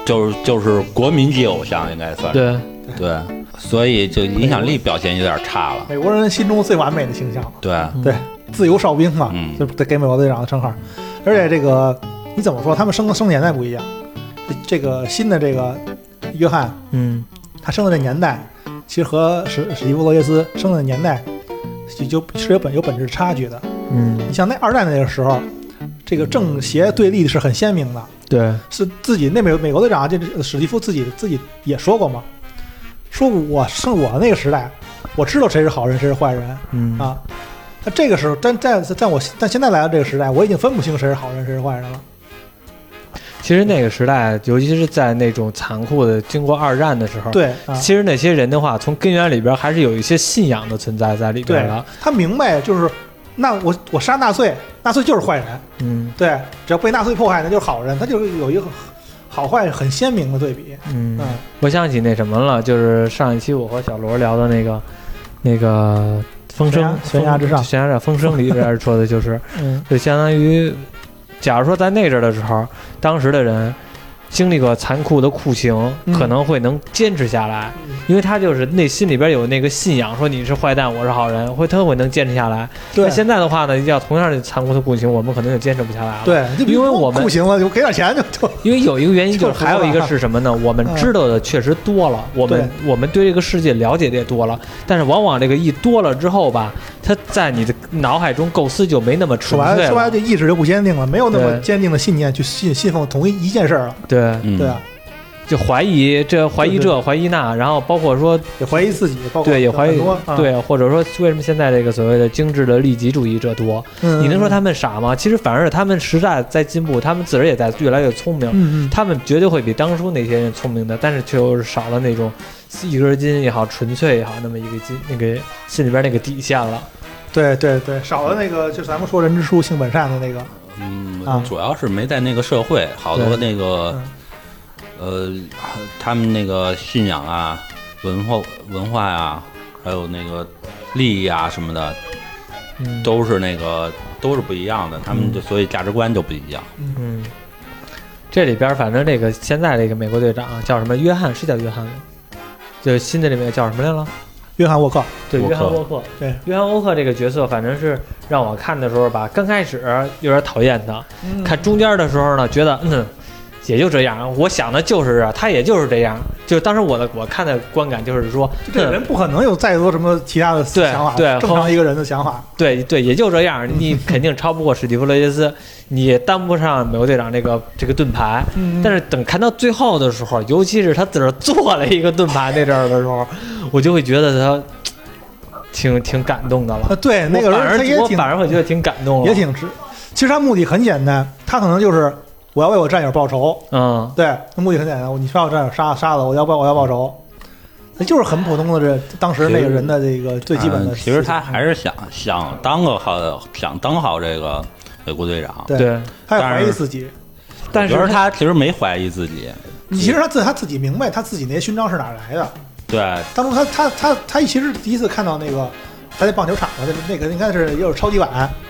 Speaker 3: 就是就是国民级偶像，应该算是。
Speaker 1: 对，
Speaker 3: 对，所以就影响力表现有点差了。
Speaker 2: 美国人心中最完美的形象，
Speaker 3: 对，
Speaker 1: 嗯
Speaker 2: 对，自由哨兵嘛，
Speaker 3: 嗯
Speaker 2: 就得给美国队长的称号。而且这个你怎么说，他们生生年代不一样，这个新的这个约翰，
Speaker 1: 嗯，
Speaker 2: 他生的这年代，其实和史史蒂夫·罗杰斯生的年代就就是有本有本质差距的。
Speaker 1: 嗯，
Speaker 2: 你像那二战那个时候，这个正邪对立是很鲜明的，
Speaker 1: 对，
Speaker 2: 是自己那美美国队长，这这史蒂夫自己自己也说过嘛，说我生我那个时代，我知道谁是好人，谁是坏人
Speaker 1: 嗯，
Speaker 2: 啊。那这个时候，但在在我但现在来到这个时代，我已经分不清谁是好人，谁是坏人了。
Speaker 1: 其实那个时代，尤其是在那种残酷的经过二战的时候，，
Speaker 2: 对啊，
Speaker 1: 其实那些人的话，从根源里边还是有一些信仰的存在在里边
Speaker 2: 对
Speaker 1: 了。，
Speaker 2: 他明白就是，那我我杀纳粹，纳粹就是坏人，
Speaker 1: 嗯
Speaker 2: 对，只要被纳粹迫害，那就是好人，他就是有一个好坏很鲜明的对比。
Speaker 1: 嗯
Speaker 2: 嗯，
Speaker 1: 我想起那什么了，就是上一期我和小罗聊的那个那个风声
Speaker 2: 悬崖悬崖之上
Speaker 1: 风悬崖上风声里边说的就是，
Speaker 2: 嗯，
Speaker 1: 就相当于，假如说在那阵儿的时候，当时的人经历过残酷的酷刑，
Speaker 2: 嗯
Speaker 1: 可能会能坚持下来，
Speaker 2: 嗯
Speaker 1: 因为他就是内心里边有那个信仰，说你是坏蛋，我是好人，会他会能坚持下来。
Speaker 2: 对
Speaker 1: 那，现在的话呢，要同样的残酷的酷刑，我们可能就坚持不下来了。，
Speaker 2: 对，就比
Speaker 1: 因为我们
Speaker 2: 酷刑了，就给点钱就就
Speaker 1: 因为有一个原因就是
Speaker 2: 就是
Speaker 1: 还有一个是什么呢？我们
Speaker 2: 嗯
Speaker 1: 知道的确实多了，我们我们对这个世界了解的也多了，但是往往这个一多了之后吧，它在你的脑海中构思就没那么
Speaker 2: 说
Speaker 1: 纯
Speaker 2: 白
Speaker 1: 粹
Speaker 2: 了，说白了，
Speaker 1: 了。
Speaker 2: 这意识就不坚定了，没有那么
Speaker 1: 对
Speaker 2: 坚定的信念去信信奉同一一件事儿了，
Speaker 1: 对。
Speaker 3: 嗯，
Speaker 2: 对啊，
Speaker 1: 就怀疑这怀疑
Speaker 2: 对
Speaker 1: 这怀疑那，然后包括说
Speaker 2: 也怀疑自己，包括
Speaker 1: 对也怀
Speaker 2: 很
Speaker 1: 疑
Speaker 2: 多，啊，
Speaker 1: 对，或者说为什么现在这个所谓的精致的利己主义者多？
Speaker 2: 嗯
Speaker 1: 你能说，他们傻吗？其实反而是他们时代在进步，他们自个儿也在越来越聪明，
Speaker 2: 嗯嗯，
Speaker 1: 他们绝对会比当初那些人聪明的，但是却又是少了那种一根筋也好，纯粹也好，那么一个筋那个心里边那个底线了。
Speaker 2: 对对对，少了那个就是咱们说人之初性本善的那个，啊
Speaker 3: 嗯，主要是没在那个社会，好多那个呃，他们那个信仰啊、文化文化啊，还有那个利益啊什么的，
Speaker 1: 嗯，
Speaker 3: 都是那个都是不一样的，他们
Speaker 2: 嗯
Speaker 3: 就所以价值观就不一样。
Speaker 1: 嗯，这里边反正这个现在这个美国队长啊叫什么？约翰是叫约翰吗？就是新的这个叫什么来了？
Speaker 2: 约翰沃克，
Speaker 1: 对，
Speaker 3: 沃
Speaker 1: 约翰
Speaker 3: 克
Speaker 1: 沃克，
Speaker 2: 对，
Speaker 1: 约翰沃克这个角色，反正是让我看的时候吧，刚开始有点讨厌他，
Speaker 2: 嗯
Speaker 1: 看中间的时候呢，觉得嗯，也就这样，我想的就是啊，他也就是这样，就是当时我的我看的观感就是说，嗯
Speaker 2: 这个人不可能有再多什么其他的
Speaker 1: 对
Speaker 2: 想法，
Speaker 1: 对
Speaker 2: 正
Speaker 1: 后
Speaker 2: 常一个人的想法，
Speaker 1: 对对，也就这 样，你肯定超不过史蒂夫·罗杰斯，你也当不上美国队长这个这个盾牌。
Speaker 2: 嗯
Speaker 1: 但是等看到最后的时候，尤其是他自个儿做了一个盾牌那阵儿的时候，我就会觉得他挺挺感动的
Speaker 2: 啊，
Speaker 1: 了。
Speaker 2: 对，那个
Speaker 1: 我
Speaker 2: 人
Speaker 1: 反
Speaker 2: 他也
Speaker 1: 而我
Speaker 2: 挺
Speaker 1: 反而会觉得挺感
Speaker 3: 哦
Speaker 1: 动了，
Speaker 2: 也挺值。其实他目的很简单，他可能就是我要为我战友报仇。
Speaker 1: 嗯，
Speaker 2: 对，他目的很简单，你把我战友杀杀了，我要报我要报仇。那就是很普通的这当时那个人的这个最基本的思
Speaker 3: 嗯
Speaker 2: 想。
Speaker 3: 其实他还是想想当个好，想当好这个美国队长。
Speaker 2: 对
Speaker 1: 对。
Speaker 2: 他也怀疑自己。
Speaker 1: 但
Speaker 3: 我觉
Speaker 1: 是
Speaker 3: 得他其实没怀疑自己，
Speaker 2: 你其实他自他自己明白他自己那些勋章是哪儿来的，
Speaker 3: 对，
Speaker 2: 当初他他他他其实第一次看到那个他在棒球场上，那个应该是又是超级碗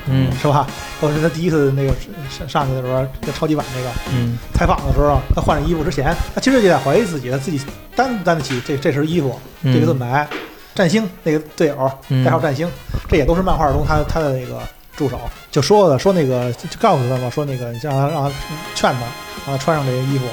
Speaker 1: 嗯
Speaker 2: 是吧？我是他第一次那个上上去的时候，那超级碗那个
Speaker 1: 嗯，
Speaker 2: 采访的时候，他换了衣服之前，他其实也在怀疑自己，他自己担不担得起这这身衣服，这个盾牌。战星那个队友
Speaker 1: 嗯
Speaker 2: 代号战星，这也都是漫画中他他的那个助手就说的，说那个就告诉他嘛，说那个让他让他劝他，让他穿上这些衣服。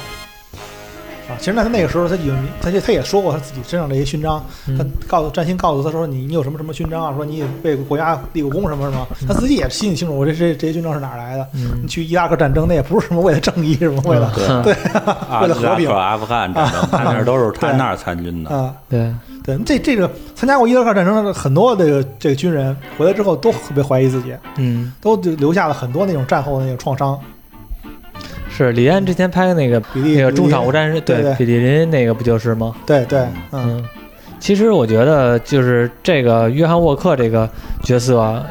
Speaker 2: 啊，其实那他那个时候他已经他就他也说过他自己身上这些勋章，
Speaker 1: 嗯
Speaker 2: 他告诉占星告诉他说你你有什么什么勋章啊？说你也为国家立过功什么什么？他自己也心里清楚，我这这这些勋章是哪儿来的？
Speaker 1: 嗯
Speaker 2: 你去伊拉克战争那也不是什么为了正义，什么为了
Speaker 1: 对
Speaker 3: 对啊，
Speaker 2: 为了和
Speaker 3: 伊拉
Speaker 2: 平
Speaker 3: 克、阿富汗战 争，他那儿都是他
Speaker 2: 对
Speaker 3: 那儿参军的，
Speaker 2: 啊？
Speaker 1: 对，
Speaker 2: 对，这这个参加过伊拉克战争的很多这个这个军人回来之后都特别怀疑自己，
Speaker 1: 嗯，
Speaker 2: 都留下了很多那种战后的那种创伤。
Speaker 1: 是李安之前拍的那个
Speaker 2: 比利
Speaker 1: 那个中场无战事，
Speaker 2: 对对
Speaker 1: 比利林那个不就是吗？
Speaker 2: 对对，嗯，
Speaker 1: 嗯，其实我觉得就是这个约翰沃克这个角色啊，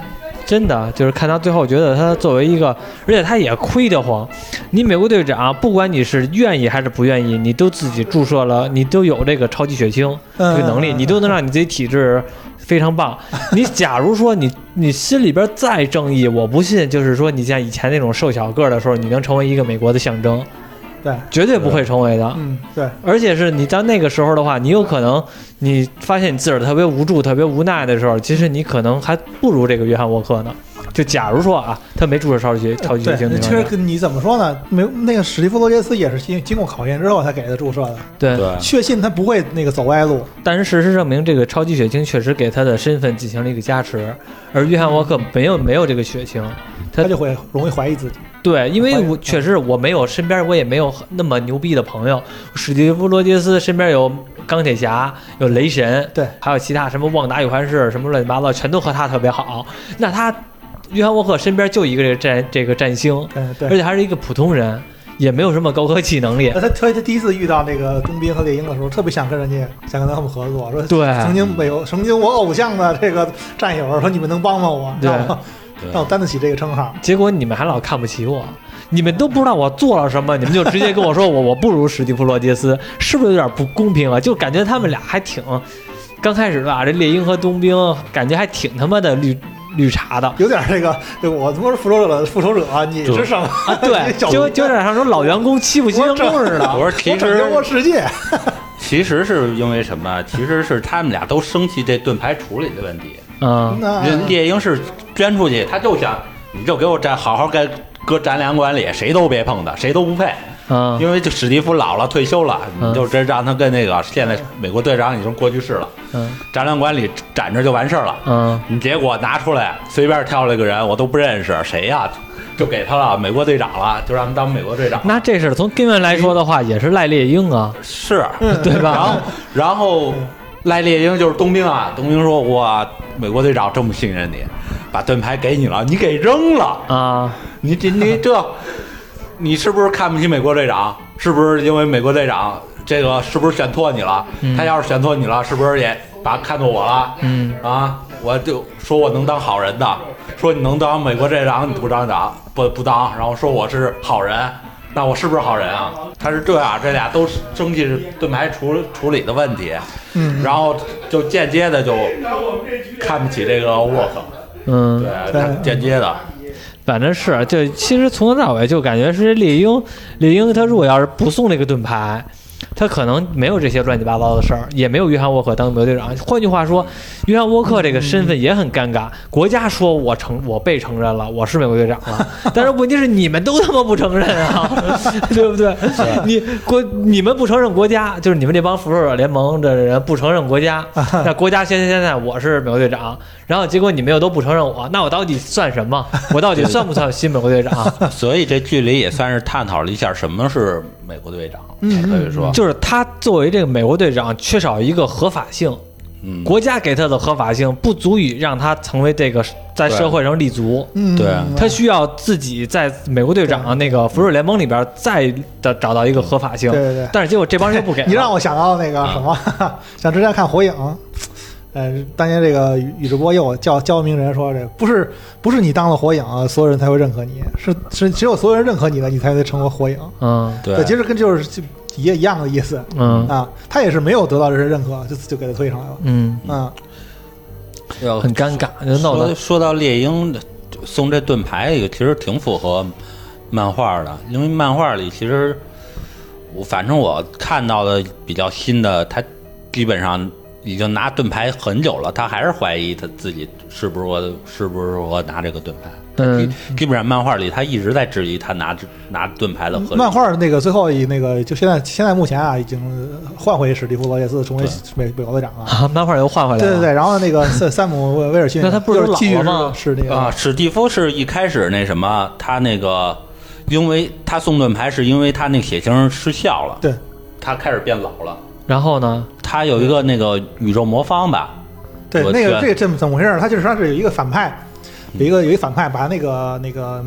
Speaker 1: 真的就是看到最后，觉得他作为一个，而且他也亏得慌。你美国队长，不管你是愿意还是不愿意，你都自己注射了，你都有这个超级血清这个能力，
Speaker 2: 嗯
Speaker 1: 你都能让你自己体质。非常棒！ 你假如说你你心里边再正义，我不信，就是说你像以前那种瘦小个儿的时候，你能成为一个美国的象征，
Speaker 2: 对，
Speaker 1: 绝对不会成为的。
Speaker 2: 嗯对，
Speaker 1: 而且是你到那个时候的话，你有可能你发现你自个儿特别无助、特别无奈的时候，其实你可能还不如这个约翰沃克呢。就假如说啊，他没注射超级血超级血清
Speaker 2: 呃对，
Speaker 1: 那
Speaker 2: 其
Speaker 1: 种
Speaker 2: 实
Speaker 1: 的，
Speaker 2: 跟你怎么说呢？没有那个史蒂夫罗杰斯也是经经过考验之后才给他注射的，
Speaker 1: 对。
Speaker 3: 对，
Speaker 2: 确信他不会那个走歪路。
Speaker 1: 但是事实证明，这个超级血清确实给他的身份进行了一个加持，而约翰沃克没有没有这个血清。他
Speaker 2: 他就会容易怀疑自己。
Speaker 1: 对，因为
Speaker 2: 怀疑
Speaker 1: 我确实我没有身边我也没有那么牛逼的朋友，史蒂夫·罗杰斯身边有钢铁侠，有雷神，
Speaker 2: 对，
Speaker 1: 还有其他什么旺达与幻视什么乱七八糟，全都和他特别好。那他约翰沃克身边就一个这个战这个战星，
Speaker 2: 嗯，对
Speaker 1: 而。且还是一个普通人，也没有什么高科技能力
Speaker 2: 那。他他他第一次遇到那个冬兵和猎鹰的时候，特别想跟人家想跟他们合作，说
Speaker 1: 对
Speaker 2: 曾经没有曾经我偶像的这个战友，说你们能帮帮我，
Speaker 1: 对
Speaker 2: 让我
Speaker 3: 对
Speaker 2: 让我担得起这个称号。
Speaker 1: 结果你们还老看不起我，你们都不知道我做了什么，你们就直接跟我说我我不如史蒂夫·罗杰斯，是不是有点不公平啊？就感觉他们俩还挺，刚开始吧，这猎鹰和冬兵感觉还挺他妈的绿绿茶的。
Speaker 2: 有点这个，对我他妈是复仇者，复仇者，你是什么
Speaker 1: 啊， 对
Speaker 2: 小，
Speaker 1: 就就有点像说老员工欺负新员工似的。
Speaker 3: 我说
Speaker 2: 我
Speaker 3: 其
Speaker 2: 拯
Speaker 3: 实
Speaker 2: 救过世界，
Speaker 3: 其实是因为什么？其实是他们俩都生气这盾牌处理的问题。
Speaker 1: 嗯，
Speaker 2: 那
Speaker 3: 人猎鹰是捐出去，他就想你就给我站好好给搁展览馆里，谁都别碰他，谁都不配。
Speaker 1: 嗯，
Speaker 3: 因为这史蒂夫老了退休了，
Speaker 1: 嗯
Speaker 3: 你就这让他跟那个现在美国队长已经过去式了，
Speaker 1: 嗯，
Speaker 3: 展览馆里展着就完事儿了。
Speaker 1: 嗯，
Speaker 3: 你结果拿出来随便挑了一个人，我都不认识，谁呀、就给他了，美国队长了，就让他当美国队长。
Speaker 1: 那这事儿从根源来说的话，也是赖猎鹰啊，
Speaker 3: 是，
Speaker 1: 对
Speaker 3: 然后
Speaker 1: 吧？
Speaker 3: 然后赖猎鹰就是冬兵啊，冬兵说我美国队长这么信任你，把盾牌给你了，你给扔了，
Speaker 1: 啊，
Speaker 3: 你这你这，你是不是看不起美国队长？是不是因为美国队长这个是不是选错你了？
Speaker 1: 嗯
Speaker 3: 他要是选错你了，是不是也把看作我了？
Speaker 1: 嗯
Speaker 3: 啊，我就说我能当好人的，说你能当美国队长，你不当长不不当，然后说我是好人。那我是不是好人啊？他是这样，这俩都是争气是盾牌处处理的问题，
Speaker 2: 嗯，
Speaker 3: 然后就间接的就看不起这个沃克，
Speaker 1: 嗯，
Speaker 3: 对，他间接的，
Speaker 1: 反正是，啊就其实从头到尾就感觉是猎鹰，猎鹰他如果要是不送这个盾牌，他可能没有这些乱七八糟的事儿，也没有约翰沃克当美国队长。换句话说，约翰沃克这个身份也很尴尬，国家说我承我被承认了，我是美国队长了， 但是问题是你们都他妈不承认啊，对不对？你国你们不承认国家，就是你们这帮复仇者联盟的人不承认国家，那国家现在现在我是美国队长，然后结果你们又都不承认我，那我到底算什么？我到底算不算新美国队长？
Speaker 3: 所以这剧里也算是探讨了一下什么是美国队长，可以说，
Speaker 1: 嗯就是他作为这个美国队长，缺少一个合法性，
Speaker 3: 嗯，
Speaker 1: 国家给他的合法性不足以让他成为这个在社会上立足。
Speaker 2: 嗯，
Speaker 3: 对啊
Speaker 1: 他需要自己在美国队长那个复仇者联盟里边再的找到一个合法性，
Speaker 2: 对对对
Speaker 1: 但是结果这帮人又不给了。
Speaker 2: 你让我想到那个
Speaker 3: 啊
Speaker 2: 什么，像之前看《火影》，呃，当年这个宇智波鼬教教鸣人说，这不是不是你当了火影，啊所有人才会认可你，是是只有所有人认可你了，你才能成为火影。
Speaker 1: 嗯，
Speaker 3: 对，
Speaker 2: 其实跟就是就也一样的意思
Speaker 1: 嗯
Speaker 2: 啊。他也是没有得到这些认可，就就给他推上来了。
Speaker 1: 嗯，
Speaker 2: 嗯，
Speaker 3: 要
Speaker 1: 很尴尬，就弄
Speaker 3: 说
Speaker 1: 得
Speaker 3: 说到猎鹰送这盾牌，也其实挺符合漫画的，因为漫画里其实我反正我看到的比较新的，他基本上已经拿盾牌很久了，他还是怀疑他自己是不是我是不是我拿这个盾牌。
Speaker 1: 嗯
Speaker 3: 基基本上漫画里他一直在质疑他拿拿盾牌的合理性。
Speaker 2: 漫画那个最后一那个就现在现在目前啊，已经换回史蒂夫·罗杰斯成为
Speaker 3: 对
Speaker 2: 美美国队长 了。
Speaker 1: 啊，漫画又换回来
Speaker 2: 对对
Speaker 1: 了，
Speaker 2: 对，然后 那个塞塞姆威尔逊，
Speaker 1: 那他不是
Speaker 2: 就
Speaker 1: 老了
Speaker 2: 继续
Speaker 1: 吗
Speaker 2: 是那个
Speaker 3: 啊，史蒂夫是一开始那什么，他那个，因为他送盾牌是因为他那血清失效了，
Speaker 2: 对，
Speaker 3: 他开始变老了。
Speaker 1: 然后呢，
Speaker 3: 他有一个那个宇宙魔方吧，
Speaker 2: 对，
Speaker 3: 我
Speaker 2: 那个
Speaker 3: 觉得
Speaker 2: 这这么怎么回事儿？他就是说是有一个反派，
Speaker 1: 嗯
Speaker 2: 有一个有一反派把那个那个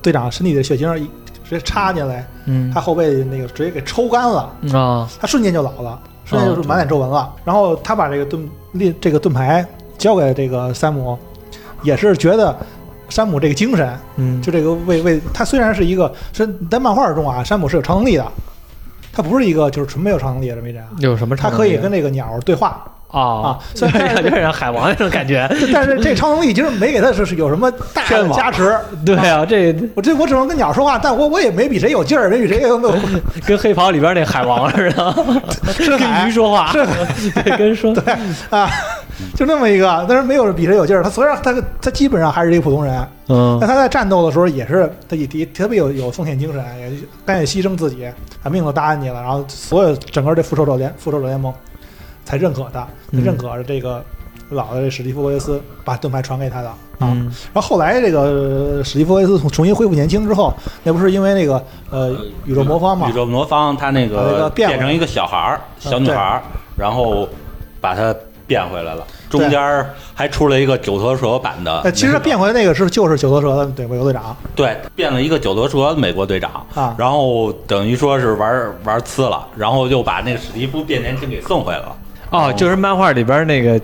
Speaker 2: 队长身体的血清一直接插进来，
Speaker 1: 嗯
Speaker 2: 他后背那个直接给抽干了，
Speaker 1: 啊，
Speaker 2: 他瞬间就老了，瞬间
Speaker 1: 哦
Speaker 2: 就是满脸皱纹了。然后他把这个盾立这个盾牌交给这个山姆，也是觉得山姆这个精神，
Speaker 1: 嗯，
Speaker 2: 就这个为为他虽然是一个是在漫画中啊，山姆是有超能力的，他不是一个就是纯没有超能力的这么一人啊，
Speaker 1: 嗯有什么
Speaker 2: 他
Speaker 1: 差别？
Speaker 2: 可以跟这个鸟儿对话
Speaker 1: 哦
Speaker 2: 啊，虽然
Speaker 1: 感觉 有点海王那种感觉，
Speaker 2: 但是这超能力已经没给他是是有什么大
Speaker 1: 天
Speaker 2: 的
Speaker 1: 网
Speaker 2: 加持。
Speaker 1: 对啊，这
Speaker 2: 我这我只能跟鸟说话，但我我也没比谁有 劲儿，没比谁更更
Speaker 1: 跟黑袍里边那海王似的，
Speaker 2: 深
Speaker 1: 跟
Speaker 2: 海
Speaker 1: 鱼说话，对，跟说，
Speaker 2: 啊，就那么一个，但是没有比谁有劲儿。他虽然他他基本上还是一个普通人，
Speaker 1: 嗯
Speaker 2: 但他在战斗的时候也是他也也特别有有奉献精神，也甘愿牺牲自己，把命都搭进去了，然后所有整个这复仇者联复仇者联盟才认可他，才
Speaker 1: 嗯
Speaker 2: 认可这个老的这史蒂夫·罗杰斯把盾牌传给他的啊。
Speaker 1: 嗯
Speaker 2: 然后后来这个史蒂夫·维斯重重新恢复年轻之后，那不是因为那个呃宇宙魔方嘛
Speaker 3: 宇？宙魔方他那
Speaker 2: 把那
Speaker 3: 个
Speaker 2: 个变了嗯
Speaker 3: 变成一个小孩儿、小女孩儿，然后把她变回来了。中间儿还出了一个九头蛇版的，
Speaker 2: 呃，其实他变回来那个是就是九头蛇的对美国队长，
Speaker 3: 对变了一个九头蛇美国队长
Speaker 2: 啊
Speaker 3: 然后等于说是玩玩呲了，然后又把那个史蒂夫变年轻给送回来了。
Speaker 1: 哦，就是漫画里边那个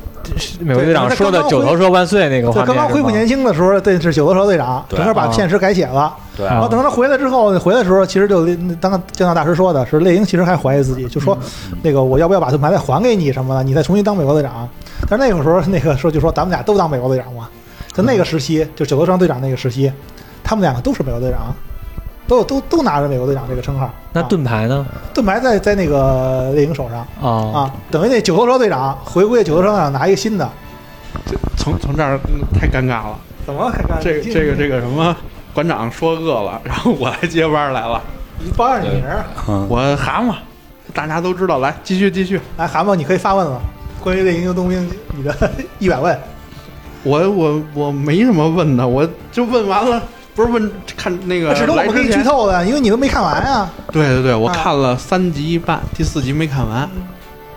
Speaker 1: 美国队长说的“九头蛇万岁”那个画面，
Speaker 2: 他刚刚恢复年轻的时候，对是九头蛇队长，
Speaker 3: 对
Speaker 2: 整个把
Speaker 1: 啊
Speaker 2: 现实改写了。
Speaker 3: 对，
Speaker 1: 啊
Speaker 2: 然后等他回来之后，回来的时候其实就那当就像大师说的是，猎鹰其实还怀疑自己，就说
Speaker 1: 嗯
Speaker 2: 那个我要不要把盾牌再还给你什么的，你再重新当美国队长。但是那个时候那个时候就说咱们俩都当美国队长嘛，就那个时期，就九头蛇队长那个时期，他们两个都是美国队长，都都都拿着美国队长这个称号。
Speaker 1: 那
Speaker 2: 啊
Speaker 1: 盾牌呢？
Speaker 2: 盾牌在在那个猎鹰手上
Speaker 1: 哦，
Speaker 2: 啊，等于那九头蛇队长回归九头蛇队长拿一个新的，
Speaker 4: 从从这儿嗯太尴尬了。
Speaker 2: 怎么看看
Speaker 4: 这个这个这个什么，馆长说饿了，然后我来接班儿来了。
Speaker 2: 你报上你名儿，啊
Speaker 3: 嗯，
Speaker 4: 我蛤蟆，大家都知道。来，继续继续。
Speaker 2: 来蛤蟆你可以发问了，关于猎鹰冬兵你的 一百问，
Speaker 4: 我我我没什么问的，我就问完了，不是问看那个
Speaker 2: 那只能我
Speaker 4: 啊来
Speaker 2: 们给
Speaker 4: 之
Speaker 2: 你
Speaker 4: 前
Speaker 2: 剧。透啊的，因为你都没看完啊。
Speaker 4: 对对对，我
Speaker 2: 啊
Speaker 4: 看了三集半，第四集没看完。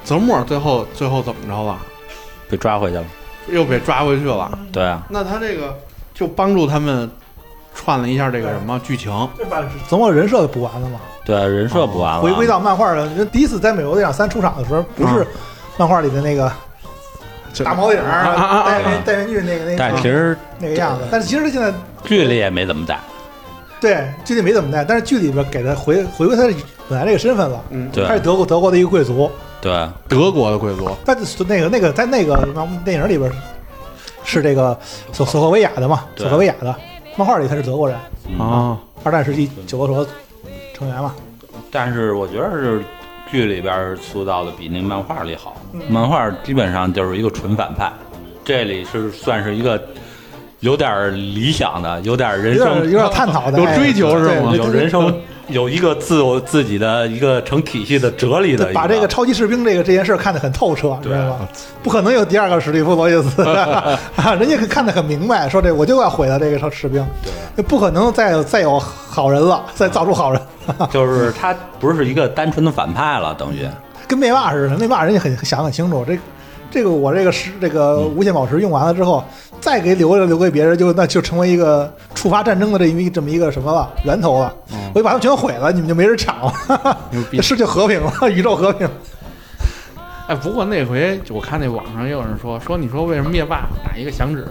Speaker 4: 泽莫最后最后怎么着了？
Speaker 3: 被抓回去了。
Speaker 4: 又被抓回去了。
Speaker 3: 对啊，
Speaker 4: 那他这个就帮助他们串了一下这个什么剧情。
Speaker 2: 这把总有人设给补完了嘛？
Speaker 3: 对啊，人设不完了，
Speaker 2: 回归到漫画的，人第一次在美国队长三出场的时候，不
Speaker 4: 啊
Speaker 2: 是漫画里的那个
Speaker 4: 这
Speaker 2: 大毛顶
Speaker 4: 啊啊
Speaker 2: 儿、
Speaker 4: 啊啊
Speaker 2: 戴面戴面具那个那
Speaker 3: 但
Speaker 2: 个
Speaker 3: 其实
Speaker 2: 那个样子，但是其实他现在
Speaker 3: 剧里也没怎么带。
Speaker 2: 对剧里没怎么带，但是剧里边给他回回归他的本来这个身份了。
Speaker 4: 嗯，
Speaker 3: 对
Speaker 2: 他是德国德国的一个贵族，
Speaker 3: 对，
Speaker 4: 德国的贵族，
Speaker 2: 但是那个那个在那个电影里边是这个索索科维亚的嘛，
Speaker 3: 对
Speaker 2: 索科维亚的漫画里他是德国人，
Speaker 3: 嗯
Speaker 4: 啊，
Speaker 2: 二战时期九头蛇成员嘛。
Speaker 3: 但是我觉得是剧里边塑造的比那漫画里好
Speaker 2: 嗯。
Speaker 3: 漫画基本上就是一个纯反派，这里是算是一个有点理想的，有点人
Speaker 2: 有点有
Speaker 3: 生。
Speaker 2: 点探讨的，哎
Speaker 4: 有追求是吗
Speaker 2: 对
Speaker 3: 有
Speaker 2: 对对
Speaker 3: 人生，有一个自我自己的一个成体系的哲理的一，
Speaker 2: 把这个超级士兵这个这件事儿看得很透彻，你知道吗？不可能有第二个史蒂夫·罗杰斯，啊人家看得很明白，说这我就要毁了这个超士兵，不可能再有再有好人了，再造出好人，
Speaker 3: 就是他不是一个单纯的反派了，等于
Speaker 2: 跟灭霸似的，灭霸人家很很想得很清楚，这这个我这个是这个无限宝石用完了之后，再给留着留给别人，就那就成为一个触发战争的这一这么一个什么了源头了，我就把他们全毁了，你们就没人抢了，
Speaker 4: 牛逼
Speaker 2: 这世界和平了， 宇宙和平。
Speaker 4: 哎，不过那回我看那网上也有人说说，你说为什么灭霸打一个响指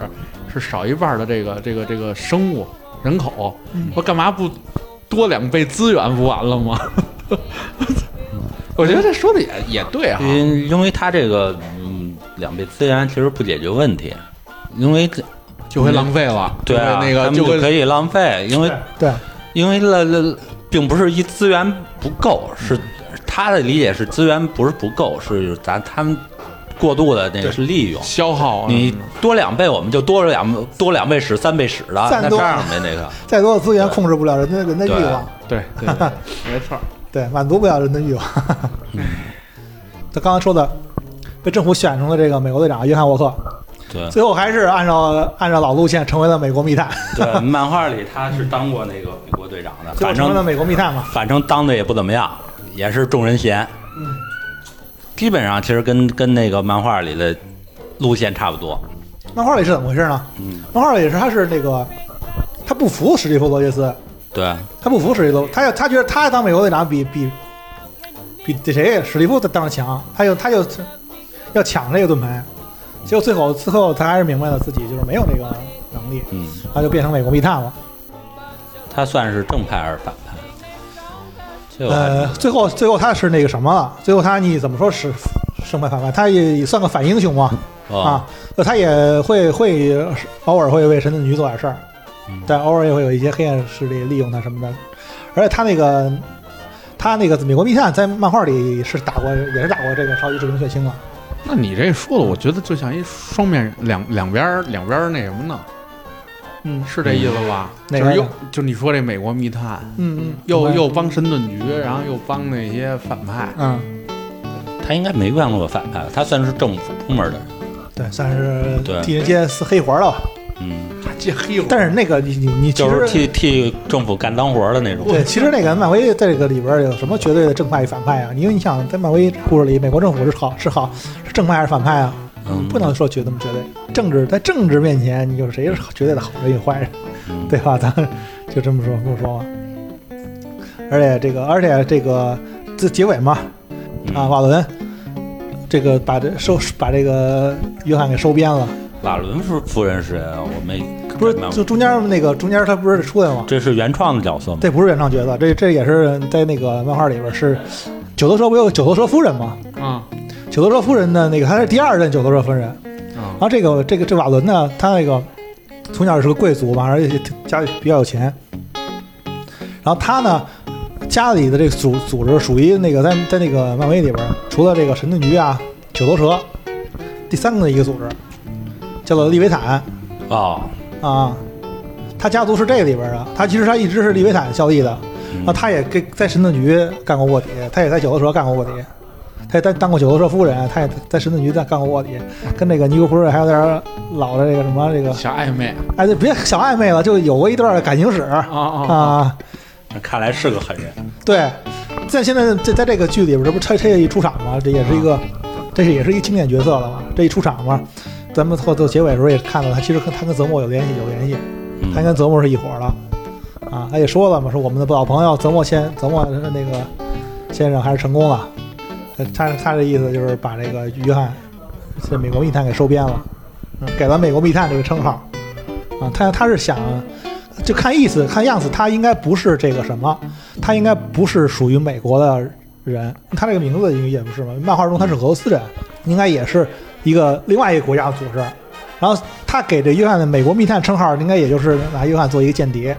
Speaker 4: 是少一半的这个这个这个生物人嗯口？说干嘛不多两倍资源不完了吗？ 我觉得这说的也也对哈、啊
Speaker 3: 因因为它这个嗯两倍资源其实不解决问题，因为这
Speaker 4: 就会浪费了，
Speaker 3: 对啊，
Speaker 4: 就会
Speaker 3: 他
Speaker 4: 那个
Speaker 3: 们
Speaker 4: 就
Speaker 3: 就
Speaker 4: 会
Speaker 3: 可以浪费，因为
Speaker 2: 对，
Speaker 3: 因为了了，并不是一资源不够，是他的理解是资源不是不够，是咱他们过度的
Speaker 2: 对嗯
Speaker 3: 那个是利用。
Speaker 4: 消耗啊。
Speaker 3: 你多两倍，我们就多两多两倍使三倍使的，
Speaker 2: 赞
Speaker 3: 那这
Speaker 2: 多
Speaker 3: 样呗， 那个
Speaker 2: 再多的资源控制不了人的人的欲望，
Speaker 4: 对对，对没错儿，
Speaker 2: 对，满足不了人的欲望。 他刚刚说的，被政府选中的这个美国队长约翰沃克，
Speaker 3: 对
Speaker 2: 最后还是按照按照老路线成为了美国密探，
Speaker 3: 对，漫画里他是当过那个美国队长的，
Speaker 2: 最后
Speaker 3: 反
Speaker 2: 成为了
Speaker 3: 正
Speaker 2: 美国密探嘛。
Speaker 3: 反正当的也不怎么样，也是众人嫌。
Speaker 2: 嗯，
Speaker 3: 基本上其实跟跟那个漫画里的路线差不多。
Speaker 2: 漫画里是怎么回事呢？
Speaker 3: 嗯，
Speaker 2: 漫画里是他是那个他不服史蒂夫·罗杰斯，
Speaker 3: 对
Speaker 2: 他不服史蒂夫，他要他觉得他当美国队长比比比这谁史蒂夫当然强，他就他就要抢这个盾牌，结果最后最后他还是明白了自己就是没有这个能力，
Speaker 3: 嗯，
Speaker 2: 他就变成美国密探了。
Speaker 3: 他算是正派还是反派？这我还
Speaker 2: 呃，最后最后他是那个什么了？最后他你怎么说是胜败反派？他也也算个反英雄嘛、
Speaker 3: 哦
Speaker 2: 啊，呃他也会会偶尔会为神盾局做点事儿，但偶尔也会有一些黑暗势力利用他什么的。而且他那个他那个美国密探在漫画里是打过，也是打过这个超级智能血清了。
Speaker 4: 那你这说的，我觉得就像一双面人，两两边儿两边儿那什么呢？
Speaker 2: 嗯
Speaker 4: 是这意思吧？
Speaker 2: 嗯
Speaker 4: 就是又
Speaker 2: 哪边
Speaker 4: 就你说这美国密探，
Speaker 2: 嗯嗯，
Speaker 4: 又
Speaker 2: 明白
Speaker 4: 又帮神盾局，然后又帮那些反派，
Speaker 2: 嗯，
Speaker 3: 他应该没干过反派，他算是政府部门的人。
Speaker 2: 对，算是
Speaker 3: 对
Speaker 2: 替人接私黑活了吧。
Speaker 3: 嗯，
Speaker 4: 他这黑
Speaker 2: 但是那个你你你其
Speaker 3: 就
Speaker 2: 实
Speaker 3: 是替替政府干脏活的那种。
Speaker 2: 对，其实那个漫威在这个里边儿有什么绝对的正派与反派啊？因为你想，在漫威故事里，美国政府是好是好是正派还是反派啊？
Speaker 3: 嗯，
Speaker 2: 不能说绝那么绝对。政治在政治面前，你有谁是绝对的好人与坏人，
Speaker 3: 嗯
Speaker 2: 对吧？咱们就这么说这么说嘛。而且这个，而且这个这结尾嘛，
Speaker 3: 嗯
Speaker 2: 啊，瓦伦这个把这收把这个约翰给收编了，
Speaker 3: 瓦伦是夫人是谁啊？我没
Speaker 2: 不是
Speaker 3: 看
Speaker 2: 就中间那个中间他不是出来了吗？
Speaker 3: 这是原创的角色吗？
Speaker 2: 这不是原创角色，这这也是在那个漫画里边是九头蛇不有九头蛇夫人吗？
Speaker 4: 啊
Speaker 2: 九头蛇夫人的那个她是第二任九头蛇夫人，然
Speaker 4: 啊
Speaker 2: 后这个这个这瓦伦呢，他那个从小是个贵族嘛，而且家里比较有钱，然后他呢家里的这个组组织属于那个在在那个漫威里边，除了这个神盾局啊九头蛇，第三个一个组织叫做利维坦，
Speaker 3: 哦，
Speaker 2: 啊，他家族是这个里边的，他其实他一直是利维坦效力的，
Speaker 3: 嗯
Speaker 2: 然后他也跟在神盾局干过卧底，他也在九头蛇干过卧底，他也当当过九头蛇夫人，他也在神盾局在干过卧底，跟那个尼古普瑞还有点儿老的这个什么这个，
Speaker 4: 小暧昧
Speaker 2: 哎，就别小暧昧了，就有过一段感情史
Speaker 4: 啊啊
Speaker 2: 啊，
Speaker 3: 那看来是个狠人。
Speaker 2: 对，在现在在在这个剧里边，这不他他也一出场嘛，这也是一个，这是也是一个经典角色了嘛，这一出场嘛。咱们后头结尾的时候也看到他，其实跟他跟泽莫有联系，有联系。他
Speaker 3: 嗯
Speaker 2: 跟泽莫是一伙儿的，啊，他也说了嘛，说我们的老朋友泽莫先泽莫那个先生还是成功了，他他他这意思就是把这个约翰这美国密探给收编了，嗯，给了美国密探这个称号，啊，他他是想就看意思看样子他应该不是这个什么，他应该不是属于美国的人，他这个名字应该也不是嘛，漫画中他是俄罗斯人，应该也是一个另外一个国家的组织，然后他给这约翰的美国密探称号，应该也就是拿约翰做一个间谍